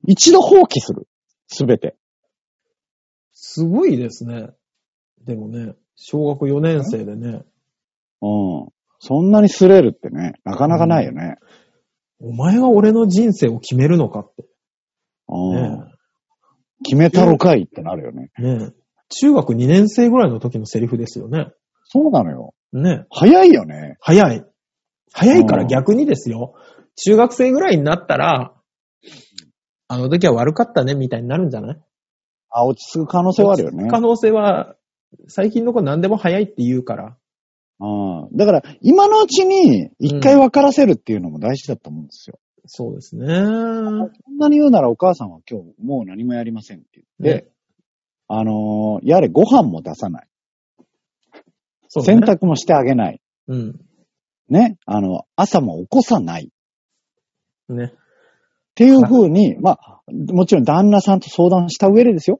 Speaker 3: 一度放棄する。すべて。
Speaker 2: すごいですね。でもね、小学4年生でね、
Speaker 3: うん。そんなにすれるってね、なかなかないよね。
Speaker 2: お前が俺の人生を決めるのかって。
Speaker 3: うん。
Speaker 2: ね
Speaker 3: 決めたろかいってなるよね。
Speaker 2: えねえ中学2年生ぐらいの時のセリフですよね。
Speaker 3: そうなのよ。
Speaker 2: ねえ
Speaker 3: 早いよね。
Speaker 2: 早い。早いから逆にですよ。中学生ぐらいになったら、あの時は悪かったね、みたいになるんじゃない
Speaker 3: あ、落ち着く可能性はあるよね。
Speaker 2: 可能性は、最近の子何でも早いって言うから。
Speaker 3: うん。だから、今のうちに、一回分からせるっていうのも大事だと思うんですよ。
Speaker 2: そうですね。
Speaker 3: そんなに言うならお母さんは今日もう何もやりませんって言って、
Speaker 2: ね
Speaker 3: あのーやれご飯も出さない。
Speaker 2: そうね
Speaker 3: 洗濯もしてあげない。
Speaker 2: うん。
Speaker 3: ね。あの、朝も起こさない。っ
Speaker 2: ね。
Speaker 3: ていう風に、まあ、もちろん旦那さんと相談した上でですよ。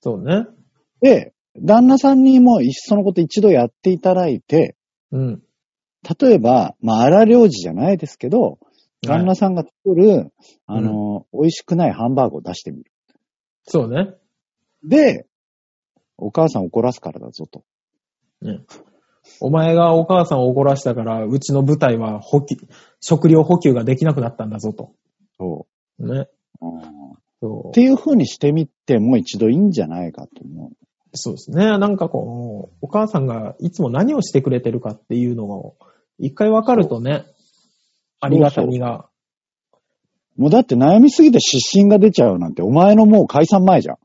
Speaker 2: そうね。
Speaker 3: で、旦那さんにもいっそのこと一度やっていただいて、
Speaker 2: うん。
Speaker 3: 例えば、まあ、荒料理じゃないですけど、旦那
Speaker 2: はい
Speaker 3: さんが作る、あのー、美味しくないハンバーグを出してみる。
Speaker 2: そうね。
Speaker 3: で、お母さん怒らすからだぞと。
Speaker 2: うんお前がお母さんを怒らしたから、うちの部隊は補給、食料補給ができなくなったんだぞと。
Speaker 3: そ
Speaker 2: ね。
Speaker 3: う。うん
Speaker 2: そ
Speaker 3: っ
Speaker 2: う
Speaker 3: ていう風にしてみても一度いいんじゃないかと思う。
Speaker 2: そうですね。なんかこう、お母さんがいつも何をしてくれてるかっていうのを、一回わかるとね、ありがたみが。
Speaker 3: もうだって悩みすぎて失神が出ちゃうなんて、お前のもう解散前じゃん。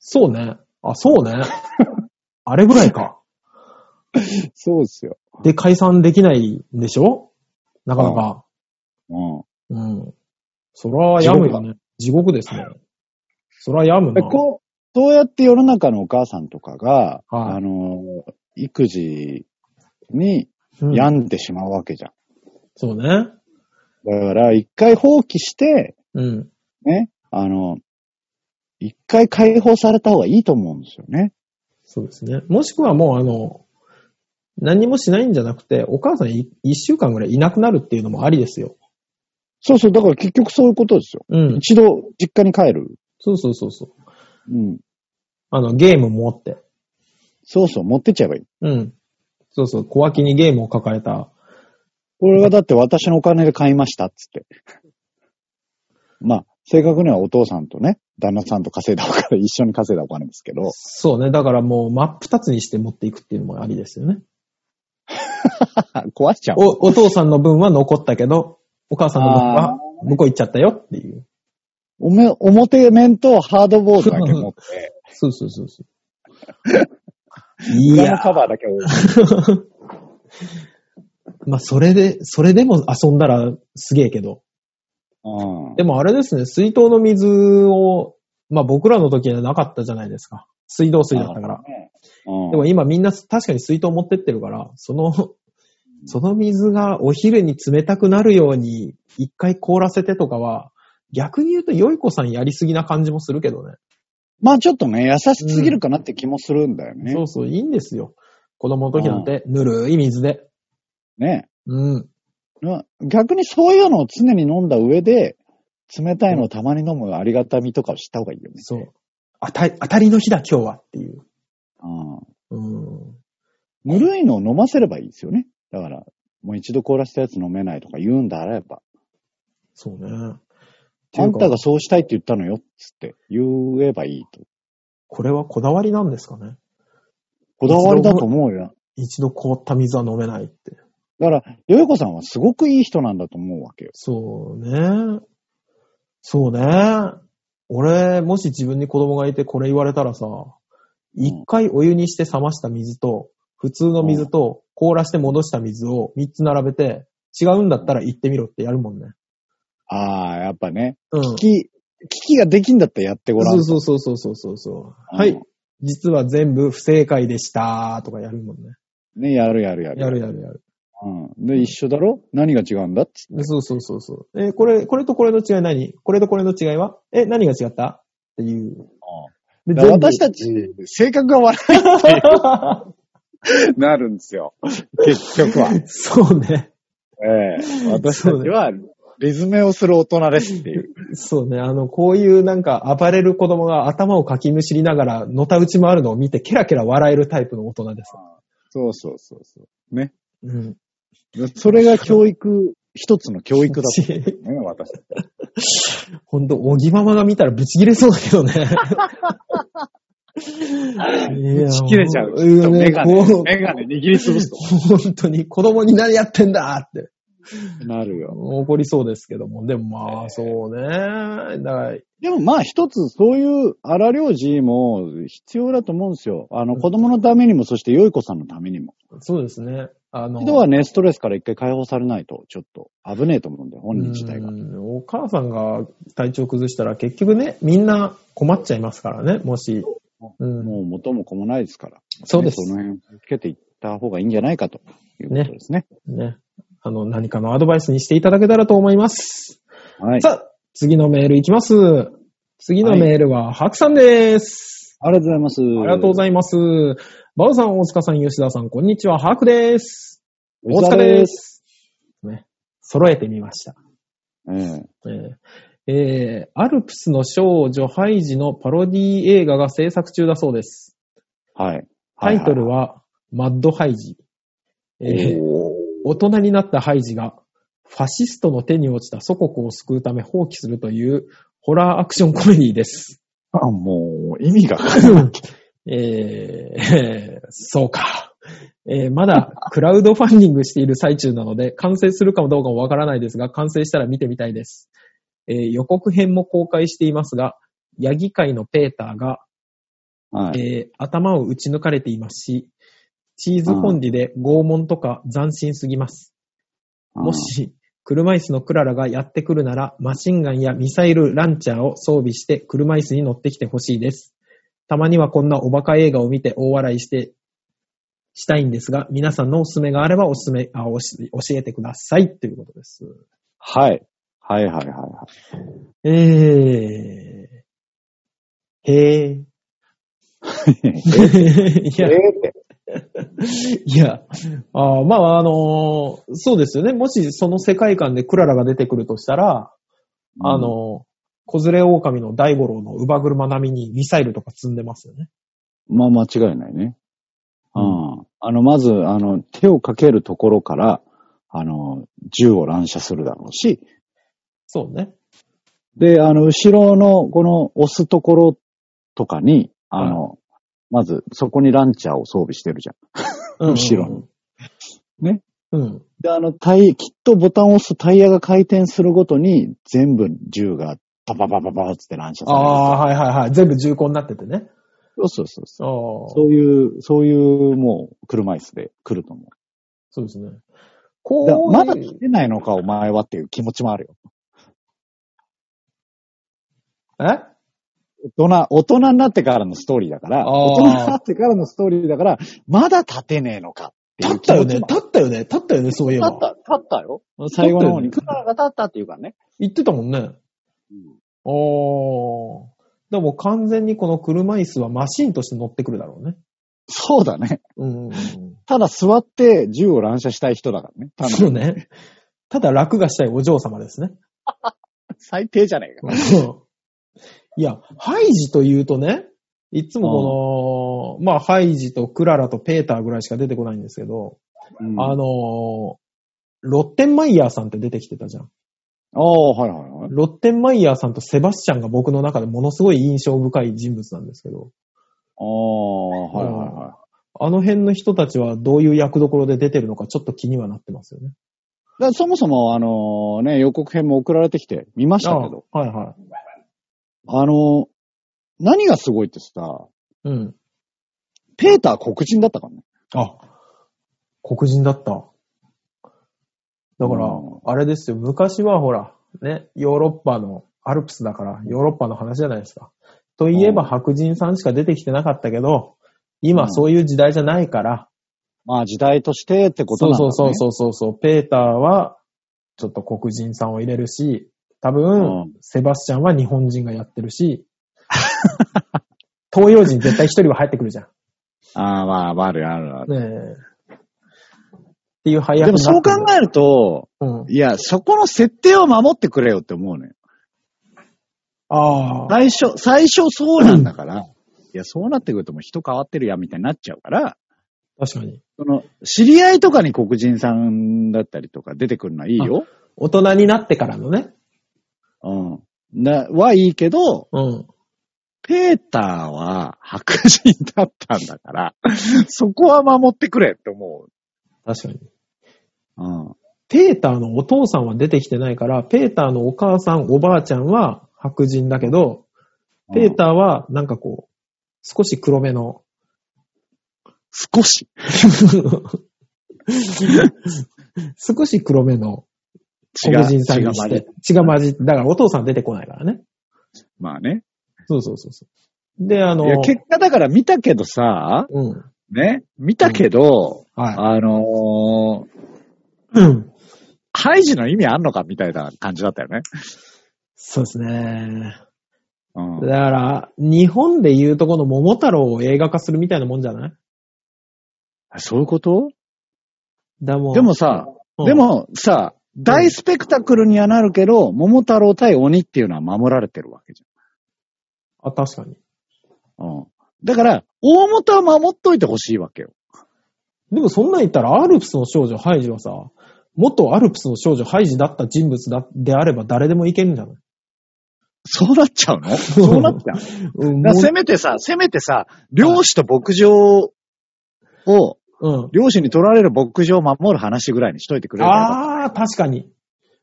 Speaker 2: そうね。あ、そう ね。あれぐらいか。
Speaker 3: そうですよ。
Speaker 2: で、解散できないんでしょなかなか。
Speaker 3: うん。
Speaker 2: うん。そら、やむよね。地獄ですね。そら、やむ
Speaker 3: で
Speaker 2: な。
Speaker 3: こう、そうやって世の中のお母さんとかが、
Speaker 2: はい
Speaker 3: あの、育児に
Speaker 2: うん
Speaker 3: 病んでしまうわけじゃん。
Speaker 2: そうね。
Speaker 3: だから、一回放棄して、
Speaker 2: うん。
Speaker 3: ね、あの、一回解放された方がいいと思うんですよね。
Speaker 2: そうですね。もしくはもう、あの、何もしないんじゃなくて、お母さんい一週間ぐらいいなくなるっていうのもありですよ。
Speaker 3: そうそう、だから結局そういうことですよ。
Speaker 2: うん。
Speaker 3: 一度実家に帰る。
Speaker 2: そうそうそうそう。
Speaker 3: うん。
Speaker 2: あの、ゲーム持って。
Speaker 3: そうそう、持ってっちゃえばいい。
Speaker 2: うん。そうそう。小脇にゲームを抱えた。
Speaker 3: これがだって私のお金で買いましたっつって。まあ、正確にはお父さんとね、旦那さんと稼いだお金、一緒に稼いだお金ですけ ど、
Speaker 2: そうね。だからもう、真っ二つにして持っていくっていうのもありですよね。
Speaker 3: 壊しちゃう。
Speaker 2: お、お父さんの分は残ったけど、お母さんの分
Speaker 3: あ
Speaker 2: は向こう行っちゃったよっていう。
Speaker 3: おめ、表面とハードボードだけ持って、
Speaker 2: そうそうそうそう。い
Speaker 3: 裏の
Speaker 2: や、
Speaker 3: カバーだけ置いて
Speaker 2: まあ、それで、それでも遊んだらすげえけど。
Speaker 3: うん
Speaker 2: でもあれですね、水筒の水を、まあ僕らの時はなかったじゃないですか。水道水だったから。
Speaker 3: うん
Speaker 2: でも今みんな確かに水筒持ってってるから、その、その水がお昼に冷たくなるように一回凍らせてとかは、逆に言うとよい子さんやりすぎな感じもするけどね。
Speaker 3: まあちょっとね、優しすぎるかなって気もするんだよね。
Speaker 2: そうそう、いいんですよ。子供の時なんて、ぬるい水で。
Speaker 3: ね。
Speaker 2: うん。
Speaker 3: まあ逆にそういうのを常に飲んだ上で、冷たいのをたまに飲むありがたみとかを知った方がいいよね。
Speaker 2: そう。あた、当たりの日だ、今日はっていう。
Speaker 3: うん
Speaker 2: うん。
Speaker 3: ぬるいのを飲ませればいいですよね。だから、もう一度凍らせたやつ飲めないとか言うんだあれば、
Speaker 2: そうね。
Speaker 3: あんた
Speaker 2: っていう
Speaker 3: が
Speaker 2: か
Speaker 3: そうしたいって言ったのよ、つって言えばいいと。
Speaker 2: これはこだわりなんですかね。
Speaker 3: こだわりだと思うよ。
Speaker 2: 一度凍った水は飲めないって。
Speaker 3: だから、よよこさんはすごくいい人なんだと思うわけよ。
Speaker 2: そうね。そうね。俺、もし自分に子供がいてこれ言われたらさ、一回お湯にして冷ました水と、普通の水と、凍らして戻した水を三つ並べて、違うんだったら言ってみろってやるもんね。
Speaker 3: ああ、やっぱね、
Speaker 2: うん。
Speaker 3: 危機、危機ができんだったらやってごらん。
Speaker 2: そうそうそうそうそうそう。
Speaker 3: うん
Speaker 2: はい。実は全部不正解でしたとかやるもんね。
Speaker 3: ね、やるやるやる。
Speaker 2: やるやるやる。
Speaker 3: うん。で、一緒だろ何が違うんだっつって。
Speaker 2: そうそうそうそう。えーこれ、これとこれの違い何これとこれの違いはえ、何が違ったっていう。で
Speaker 3: だから
Speaker 2: 全部
Speaker 3: 私たち、性格が悪くなるんですよ。結局 は。
Speaker 2: そうね。
Speaker 3: ええ私たちは、リズメをする大人ですっていう。
Speaker 2: そうね。あの、こういうなんか暴れる子供が頭をかきむしりながら、のたうち回るのを見て、ケラケラ笑えるタイプの大人です。
Speaker 3: そうそうそうそう。ね。
Speaker 2: うん。
Speaker 3: それが教育、一つの教育だ とね、私。
Speaker 2: ほんと、おぎママが見たらブチ切れそうだけど ね。ぶ
Speaker 3: 打ち切れちゃう。
Speaker 2: うんね
Speaker 3: メガ
Speaker 2: こう
Speaker 3: ネ、メガネ握りつ ぶすと。
Speaker 2: 本当に子供に何やってんだって
Speaker 3: なるよ。
Speaker 2: 怒りそうですけども。でもまあ、そうね。だから、
Speaker 3: でもまあ一つそういう荒療治も必要だと思うんですよ。あの子供のためにも、そして良い子さんのためにも。
Speaker 2: そうですね。あの、
Speaker 3: 人はね、ストレスから一回解放されないと、ちょっと危ねえと思うんだよ、本人自体が
Speaker 2: う。んお母さんが体調崩したら結局ね、みんな困っちゃいますからね、もし。うん、
Speaker 3: もう元も子もないですから。
Speaker 2: そうです
Speaker 3: ねその辺を気をつけていった方がいいんじゃないかということですね。
Speaker 2: ね。あの、何かのアドバイスにしていただけたらと思います。
Speaker 3: はい。
Speaker 2: さあ、次のメールいきます。次のメールは、白さんです。
Speaker 3: ありがとうございます。あ
Speaker 2: ありがとうございます。バウさん、大塚さん、吉田さん、こんにちは。ハークです。大塚で。す。ね。揃えてみました。
Speaker 3: ええ
Speaker 2: えーえーアルプスの少女ハイジのパロディ映画が制作中だそうです。
Speaker 3: はい。
Speaker 2: タイトルは、マッドハイジ。えー大人になったハイジが、ファシストの手に落ちた祖国を救うため放棄するという、ホラーアクションコメディです。
Speaker 3: あ、もう、意味が。
Speaker 2: えー そうか。えーまだ、クラウドファンディングしている最中なので、完成するかどうかもわからないですが、完成したら見てみたいです。えー予告編も公開していますが、ヤギ界のペーターが、
Speaker 3: はい。
Speaker 2: えー頭を打ち抜かれていますし、チーズフォンディで拷問とか斬新すぎます。もし、車椅子のクララがやってくるなら、マシンガンやミサイルランチャーを装備して車椅子に乗ってきてほしいです。たまにはこんなおバカ映画を見て大笑いして、したいんですが、皆さんのおすすめがあればおすすめ、あ、おし教えてください。ということです。
Speaker 3: はい。はいはいはいは
Speaker 2: えー。へー。
Speaker 3: い。
Speaker 2: い
Speaker 3: え
Speaker 2: や、
Speaker 3: ーって
Speaker 2: いや、あーまあ、あのーそうですよね。もしその世界観でクララが出てくるとしたら、あの、、子連れ狼の大五郎の乳母車並みにミサイルとか積んでますよね。
Speaker 3: まあ間違いないね。うん。あの、まず、あの、手をかけるところから、あの、銃を乱射するだろうし、
Speaker 2: そうね。
Speaker 3: で、あの、後ろの、この、押すところとかに、あの、まず、そこにランチャーを装備してるじゃん。
Speaker 2: うん
Speaker 3: 後ろ。ね。
Speaker 2: うん。
Speaker 3: で、あの、タイ、きっとボタンを押すタイヤが回転するごとに、全部銃が、パパパパパーつって乱射さ
Speaker 2: あ
Speaker 3: れる。
Speaker 2: あ、はいはいはい。全部重厚になっててね。
Speaker 3: そうそうそうそう。
Speaker 2: ああ、そ
Speaker 3: そうういう、そういう、もう、車椅子で来ると思う。
Speaker 2: ですね。
Speaker 3: だ
Speaker 2: こう
Speaker 3: まだ
Speaker 2: いう
Speaker 3: 来てないのか、お前はっていう気持ちもあるよ。
Speaker 2: え
Speaker 3: 大人、大人になってからのストーリーだから、
Speaker 2: あー
Speaker 3: 大人になってからのストーリーだから、まだ立てねえのかってい
Speaker 2: 立
Speaker 3: う
Speaker 2: っ
Speaker 3: 気
Speaker 2: た
Speaker 3: 持
Speaker 2: よ
Speaker 3: ち
Speaker 2: ね。
Speaker 3: もある
Speaker 2: 立ったよね。立ったよね、そういえば。
Speaker 3: 立った、立ったよ。最後の方に、
Speaker 2: 立
Speaker 3: ク
Speaker 2: った
Speaker 3: ララが立ったっていうからね。
Speaker 2: 言ってたもんね。ああ。でも完全にこの車椅子はマシンとして乗ってくるだろうね。
Speaker 3: そうだね。
Speaker 2: うん。
Speaker 3: ただ座って銃を乱射したい人だからね。ただ
Speaker 2: そうね。ただ楽がしたいお嬢様ですね。
Speaker 3: 最低じゃねえか。
Speaker 2: いや、ハイジというとね、いつもこの、まあ、ハイジとクララとペーターぐらいしか出てこないんですけど、
Speaker 3: うん
Speaker 2: あ
Speaker 3: あ
Speaker 2: のーロッテンマイヤーさんって出てきてたじゃん。
Speaker 3: あ、はいはいはい。
Speaker 2: ロッテンマイヤーさんとセバスチャンが僕の中でものすごい印象深い人物なんですけど、
Speaker 3: ああ、はいはいはい。
Speaker 2: あの辺の人たちはどういう役どころで出てるのかちょっと気にはなってますよね。
Speaker 3: だからそもそも、あのね、予告編も送られてきて見ましたけど、
Speaker 2: あはいはい。
Speaker 3: あの何がすごいってさ、
Speaker 2: うん。
Speaker 3: ペーター黒人だったからね。
Speaker 2: あ、黒人だった。だから
Speaker 3: うん、
Speaker 2: あれですよ、昔はほら、ね、ヨーロッパの、アルプスだから、ヨーロッパの話じゃないですか。といえば
Speaker 3: うん
Speaker 2: 白人さんしか出てきてなかったけど、今そういう時代じゃないから、
Speaker 3: まあ時代としてってこと
Speaker 2: そ
Speaker 3: な
Speaker 2: うん
Speaker 3: だ、
Speaker 2: そ
Speaker 3: ね、
Speaker 2: うそうそうそうそう、ペーターは、ちょっと黒人さんを入れるし、多
Speaker 3: う
Speaker 2: 分
Speaker 3: ん、
Speaker 2: セバスチャンは日本人がやってるし、 東洋人絶対一人は入ってくるじゃん。
Speaker 3: ああ、まあ、まあ、あるあるあ
Speaker 2: ね
Speaker 3: る。
Speaker 2: え。っていう配役
Speaker 3: で
Speaker 2: にな
Speaker 3: も
Speaker 2: って
Speaker 3: そう考
Speaker 2: え
Speaker 3: えると、
Speaker 2: うん。
Speaker 3: いや、そこの設定を守ってくれよって思うね。
Speaker 2: ああ。
Speaker 3: 最初、最初そうなんだから、いや、そうなってくるともう人変わってるやんみたいになっちゃうから、
Speaker 2: 確かに。
Speaker 3: その、知り合いとかに黒人さんだったりとか出てくるのはいいよ。
Speaker 2: 大人になってからのね。
Speaker 3: うん。な、はいいけど、
Speaker 2: うん。
Speaker 3: ペーターは白人だったんだから、そこは守ってくれって思
Speaker 2: 確かに。
Speaker 3: う。うん。
Speaker 2: ペーターのお父さんは出てきてないから、ペーターのお母さん、おばあちゃんは白人だけど、ペーターはなんかこう、少し黒目 の。
Speaker 3: 少し。
Speaker 2: 少し黒目の
Speaker 3: 違
Speaker 2: 黒人さんに
Speaker 3: ま
Speaker 2: し
Speaker 3: で
Speaker 2: て。血が混じって、だからお父さん出てこないからね。
Speaker 3: まあね。
Speaker 2: そうそうそうそう。で、あ
Speaker 3: い
Speaker 2: の、
Speaker 3: や、結果だから見たけどさ、
Speaker 2: うん。
Speaker 3: ね、見たけど、
Speaker 2: は
Speaker 3: あのー、
Speaker 2: い。うん。
Speaker 3: ハイジの意味あんのかみたいな感じだったよね。
Speaker 2: そうですね。
Speaker 3: うん。
Speaker 2: だから、日本でいうとこの桃太郎を映画化するみたいなもんじゃない
Speaker 3: そういうこと
Speaker 2: だもん
Speaker 3: でもさ、
Speaker 2: うん
Speaker 3: でもさ、大スペクタクルにはなるけど、桃太郎対鬼っていうのは守られてるわけじ
Speaker 2: あ、確かに。
Speaker 3: ゃん。うん。だから、大元は守っといてほしいわけよ。
Speaker 2: でもそんなん言ったら、アルプスの少女ハイジはさ、元アルプスの少女ハイジだった人物だであれば誰でもいけるんじゃない
Speaker 3: そうなっちゃうのそうなっちゃう。
Speaker 2: うん、
Speaker 3: だから
Speaker 2: もう
Speaker 3: せめてさ、せめてさ、漁師と牧場を、
Speaker 2: うん。
Speaker 3: 漁師に取られる牧場を守る話ぐらいにしといてくれるか
Speaker 2: あ
Speaker 3: ら、
Speaker 2: あ、確かに。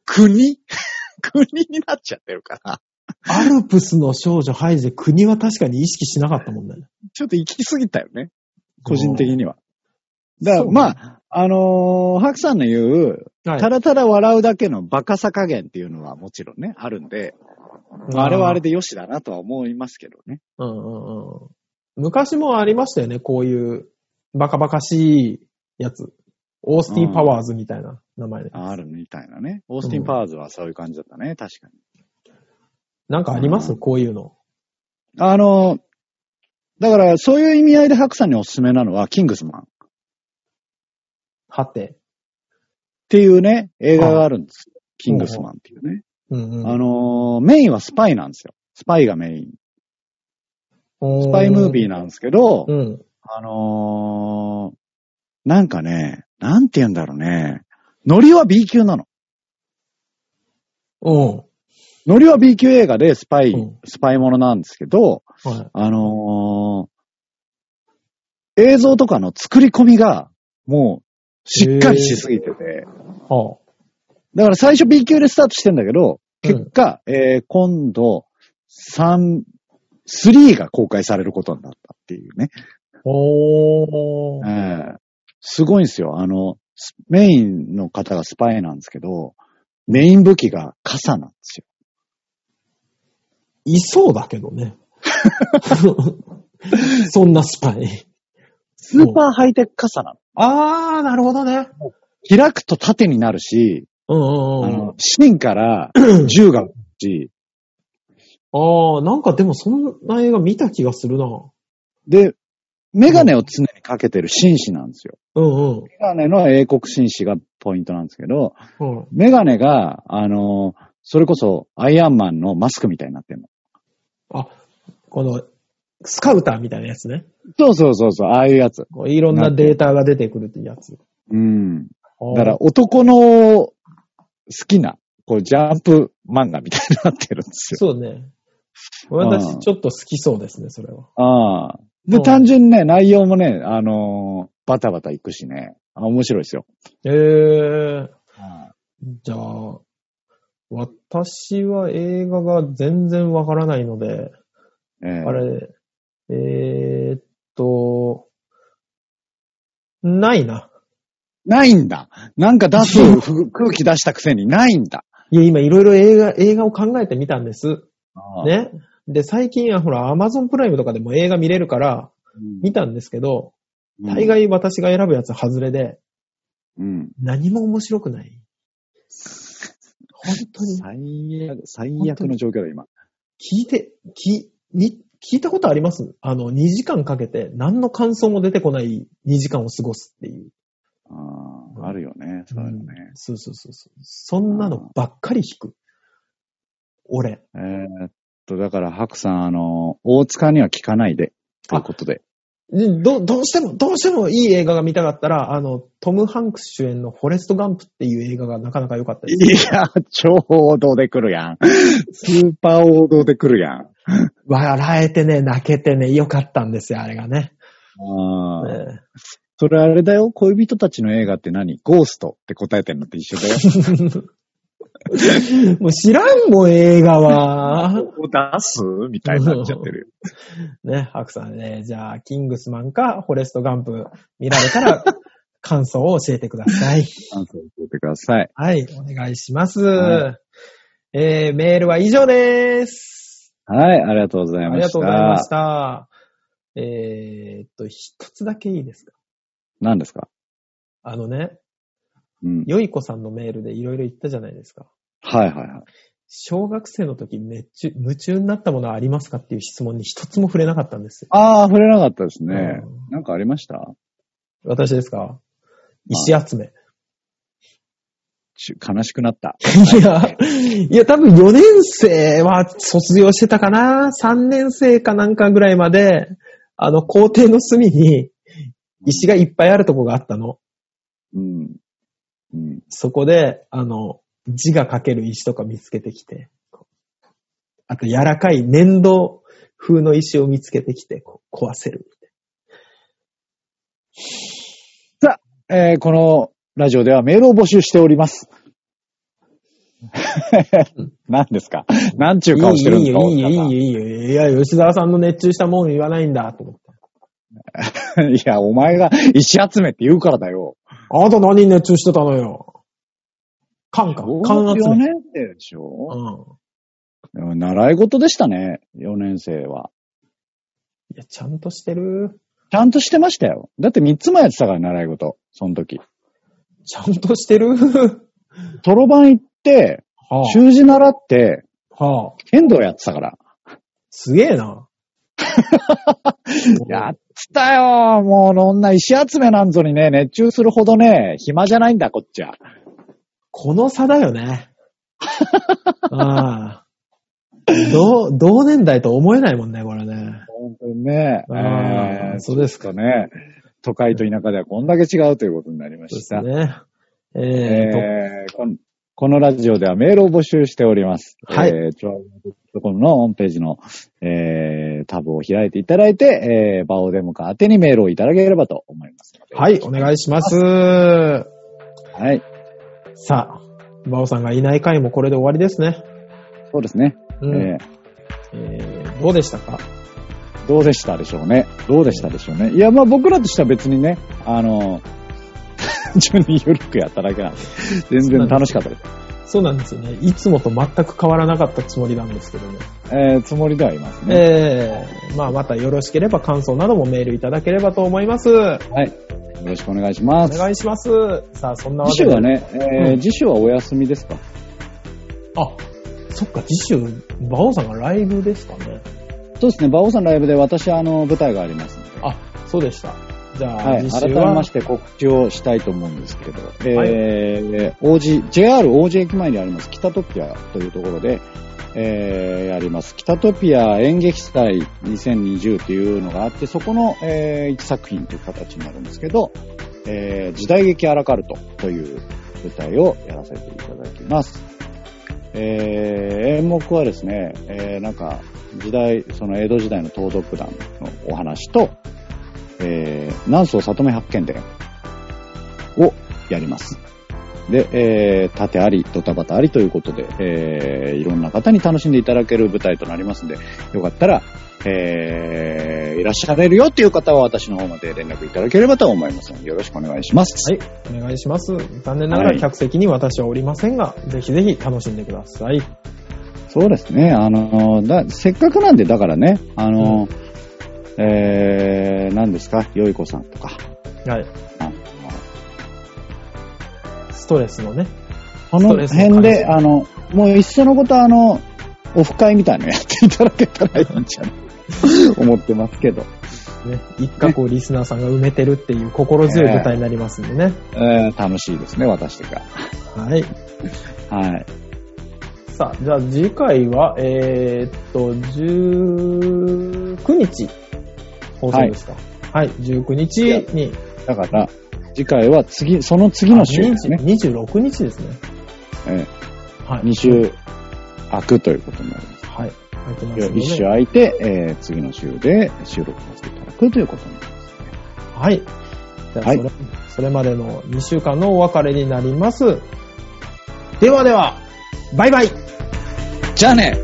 Speaker 3: 国 国になっちゃってるから、
Speaker 2: アルプスの少女ハイジで国は確かに意識しなかったもんね。
Speaker 3: ちょっと行き過ぎたよね。個人的に
Speaker 2: う
Speaker 3: は。
Speaker 2: ん
Speaker 3: だか
Speaker 2: そ
Speaker 3: ら、
Speaker 2: う
Speaker 3: まあ、あのー白さんの言う、
Speaker 2: はい
Speaker 3: ただただ笑うだけのバカさ加減っていうのはもちろんね、あるんで、まああれはあれでよしだなとは思いますけどね。
Speaker 2: うんうんうん。昔もありましたよね、こういうバカバカしいやつ。オースティー・パワーズみたいな名前で。
Speaker 3: ああるみたいなね。オースティン・パワーズはそういう感じだったね、確かに。
Speaker 2: なんかあります
Speaker 3: うん
Speaker 2: こういうの。
Speaker 3: あの、だから、そういう意味合いで白さんにおすすめなのは、キングスマンっ
Speaker 2: はて。
Speaker 3: ていうね、映画があるんです。キングスマンっていうね。
Speaker 2: うんうん。
Speaker 3: あの、メインはスパイなんですよ。スパイがメイン。ス
Speaker 2: ス
Speaker 3: パイムービーなんですけど、
Speaker 2: うん。
Speaker 3: あのーなんかね、なんて言うんだろうね。ノリは B 級なの。
Speaker 2: うん。
Speaker 3: ノリは B 級映画でスパイ、
Speaker 2: うん
Speaker 3: スパイものなんですけど、
Speaker 2: はい。
Speaker 3: あのー映像とかの作り込みが、もう、しっかりしすぎてて、
Speaker 2: は
Speaker 3: だから最初 B 級でスタートしてんだけど、結果、えー今度、3、3が公開されることになったっていうね。
Speaker 2: あ。おー。
Speaker 3: えーすごいんですよ。あの、スメインの方がスパイなんですけど、メイン武器が傘なんですよ。
Speaker 2: いそうだけどね。 そんなスパイ。
Speaker 3: スーパーハイテク傘なの。
Speaker 2: あー、なるほどね。
Speaker 3: 開くと縦になるし、
Speaker 2: うん
Speaker 3: あ
Speaker 2: うんうん
Speaker 3: の。芯から銃が撃つし、
Speaker 2: あー、なんかでもそんな映画見た気がするな。
Speaker 3: で、メガネを常にかけてる紳士なんですよ。
Speaker 2: うん
Speaker 3: メガネの英国紳士がポイントなんですけど、
Speaker 2: うん。はい
Speaker 3: メガネが、あのーそれこそアイアンマンのマスクみたいになってんの。
Speaker 2: この、スカウターみたいなやつね。
Speaker 3: そうそうそうそう、ああいうやつ。
Speaker 2: こういろんなデータが出てくるってやつ。
Speaker 3: うん。だ
Speaker 2: だ
Speaker 3: から、男の好きな、こう、ジャンプ漫画みたいになってるんです
Speaker 2: そ
Speaker 3: よ。
Speaker 2: うね。私、ちょっと好きそうですね、それは。
Speaker 3: ああ。で、
Speaker 2: うん
Speaker 3: 単純にね、内容もね、あのーバタバタいくしね、あ面白いですよ。
Speaker 2: ええじゃあ、私は映画が全然わからないので、
Speaker 3: ええ
Speaker 2: あれ、えーっと、ないな。
Speaker 3: ないんだ。なんか出すふ空気出したくせにないんだ。
Speaker 2: いや、今いろいろ映画、映画を考えてみたんです。
Speaker 3: ああ
Speaker 2: ね。で、最近はほら、アマゾンプライムとかでも映画見れるから、
Speaker 3: うん
Speaker 2: 見たんですけど、
Speaker 3: うん
Speaker 2: 大概私が選ぶやつ外れで、
Speaker 3: うん。
Speaker 2: 何も面白くない。本当に。
Speaker 3: 最悪、最悪の状況だ、今。
Speaker 2: 聞いて、聞、に、聞いたことありますあの、2時間かけて何の感想も出てこない2時間を過ごすっていう。
Speaker 3: ああ、あるよね、そういうのね。
Speaker 2: そうそうそうそう。そんなのばっかり聞く。俺。
Speaker 3: えーっと、だから、白さん、あの、大塚には聞かないで、ということで。
Speaker 2: でど、どうしても、どうしてもいい映画が見たかったら、あの、トム・ハンクス主演のフォレスト・ガンプっていう映画がなかなか良かったです。
Speaker 3: いや、超王道で来る やん。スーパー王道で来るやん。
Speaker 2: 笑えてね、泣けてね、良かったんですよ、あれがね。
Speaker 3: ああ、
Speaker 2: ね
Speaker 3: それあれだよ、恋人たちの映画って何ゴーストって答えてんのって一緒 だよ。
Speaker 2: もう知らんもん、映画は。
Speaker 3: を出すみたいになっちゃってるよ。
Speaker 2: ね、ハクさんね、じゃあ、キングスマンか、フォレストガンプ見られた ら、感想を教えてください。
Speaker 3: 感想を教えてください。
Speaker 2: はい、お願いします。
Speaker 3: は
Speaker 2: えー、メールは以上です。
Speaker 3: はい、ありがとうござい
Speaker 2: あり
Speaker 3: ました。
Speaker 2: がとうございました。えーっと、一つだけいいですか
Speaker 3: 何ですか
Speaker 2: あのね、
Speaker 3: うん。
Speaker 2: よいこさんのメールでいろいろ言ったじゃないですか。
Speaker 3: はいはいはい。
Speaker 2: 小学生の時めっちゅ夢中になったものはありますかっていう質問に一つも触れなかったんですよ。
Speaker 3: ああ、触れなかったですね。
Speaker 2: うん
Speaker 3: なんかありました
Speaker 2: 私ですか石集め。
Speaker 3: ちゅ悲しくなった。
Speaker 2: いや、いや、多分4年生は卒業してたかな ?3 年生かなんかぐらいまで、あの、校庭の隅に、石がいっぱいあるとこがあったの。
Speaker 3: うん。うん。
Speaker 2: そこで、あの、字が書ける石とか見つけてきて、こうあと柔らかい粘土風の石を見つけてきて、こう壊せる。
Speaker 3: えーこのラジオではメールを募集しております。何ですか何ちゅう顔してるんですか
Speaker 2: いいよ、いいよ、いいよ、いいよ。いや、吉沢さんの熱中したもん言わないんだ、と思って。
Speaker 3: 大塚さんいや、お前が石集めって言うからだよ。
Speaker 2: あなた何に熱中してたのよ。缶か。缶集
Speaker 3: 4
Speaker 2: め。
Speaker 3: 年生でし
Speaker 2: う
Speaker 3: ょ、
Speaker 2: ん。
Speaker 3: 習い事でしたね、4年生は。
Speaker 2: いや、ちゃんとしてる。
Speaker 3: ちゃんとしてましたよ。だって3つもやってたから、習い事。その時。
Speaker 2: ちゃんとしてる。
Speaker 3: トロバン行って、
Speaker 2: は
Speaker 3: 習字習って、
Speaker 2: あ、はあ、
Speaker 3: 剣道やってたから。
Speaker 2: すげえ な。
Speaker 3: やってたよもう、そんな石集めなんぞにね、熱中するほどね、暇じゃないんだ、こっちは。
Speaker 2: この差だよね。ああ。同、同年代と思えないもんね、これね。
Speaker 3: 本当にね。
Speaker 2: あー
Speaker 3: えー
Speaker 2: そうです
Speaker 3: ちょっとね。都会と田舎ではこんだけ違うということになりま
Speaker 2: そうで
Speaker 3: し
Speaker 2: す
Speaker 3: た。
Speaker 2: ね。えーと、
Speaker 3: えーこのこのラジオではメールを募集しております。
Speaker 2: はい
Speaker 3: えー、トラブルドットコムのホームページの、えータブを開いていただいて、えー、バオデモカ宛てにメールをいただければと思います。
Speaker 2: はい、お願いします。
Speaker 3: はい。
Speaker 2: さあ、馬尾さんがいない回もこれで終わりですね。
Speaker 3: そうですね。
Speaker 2: うん。
Speaker 3: え
Speaker 2: えーどうでしたか
Speaker 3: ーどうでしたでしょうね。どうでしたでしょうね。いや、まあ僕らとしては別にね、あの、 単純に緩くやっただけなんで、全然楽しかったです。
Speaker 2: そうなんですよね。いつもと全く変わらなかったつもりなんですけどね。
Speaker 3: えー、つもりではいますね。
Speaker 2: ええまあまたよろしければ感想などもメールいただければと思います。お
Speaker 3: はい。よろしくお願いします。
Speaker 2: 願いします。さあ、そんなわ
Speaker 3: 次
Speaker 2: け
Speaker 3: 週
Speaker 2: で。
Speaker 3: はね、えー
Speaker 2: うん
Speaker 3: 次週はお休みですか
Speaker 2: あ、そっか、次週、馬王さんがライブですかね。
Speaker 3: そうですね、馬王さんライブで私、あの、舞台がありますので。
Speaker 2: あ、そうでした。じゃあ、
Speaker 3: はい、
Speaker 2: 次週
Speaker 3: 改
Speaker 2: は
Speaker 3: めまして告知をしたいと思うんですけど、
Speaker 2: はい
Speaker 3: えー、王子、JR 王子駅前にあります、北トピアというところで、えー、あります、北トピア演劇祭2020というのがあって、そこの、え1作品という形になるんですけど、えー、時代劇アラカルトという舞台をやらせていただきます。えー、演目はですね、えー、なんか、時代、その江戸時代の盗賊団のお話と、えー、南宋里目発見伝をやります。で、えー、縦あり、ドタバタありということで、えー、いろんな方に楽しんでいただける舞台となりますんで、よかったら、えー、いらっしゃれるよっていう方は私の方まで連絡いただければと思いますので、よろしくお願いします。
Speaker 2: はい、お願いします。残念なが
Speaker 3: は
Speaker 2: ら
Speaker 3: い
Speaker 2: 客席に私はおりませんが、ぜひぜひ楽しんでください。
Speaker 3: そうですね。あの、だ、せっかくなんで、だからね、あの、えー、何ですか、よいこさんとか、
Speaker 2: はい。
Speaker 3: あの
Speaker 2: ストレスのね。
Speaker 3: こ
Speaker 2: スト
Speaker 3: の
Speaker 2: レスを
Speaker 3: 辺
Speaker 2: 感じ
Speaker 3: で、あの、もういっそのこと、あの、オフ会みたいなのやっていただけたらいいん じゃない思ってますけど。
Speaker 2: ね、一角をリスナーさんが埋めてるっていう心強い舞台になりますんでね。
Speaker 3: えー楽しいですね、私が。
Speaker 2: はい。
Speaker 3: はい。
Speaker 2: さあ、じゃあ次回は、えーっと、19日放送ですか。はい、19日に、
Speaker 3: だから、次回は次、その次の週ですね。
Speaker 2: 20 26日ですね。
Speaker 3: え
Speaker 2: はい。
Speaker 3: 2週空くということになります。
Speaker 2: はい。開きますの
Speaker 3: 1
Speaker 2: で
Speaker 3: 週空いて、えー次の週で収録させていただくということになります。
Speaker 2: はい。じゃあそ
Speaker 3: は
Speaker 2: れ、
Speaker 3: い
Speaker 2: それまでの2週間のお別れになります。ではでは、バイバイ
Speaker 3: じゃあね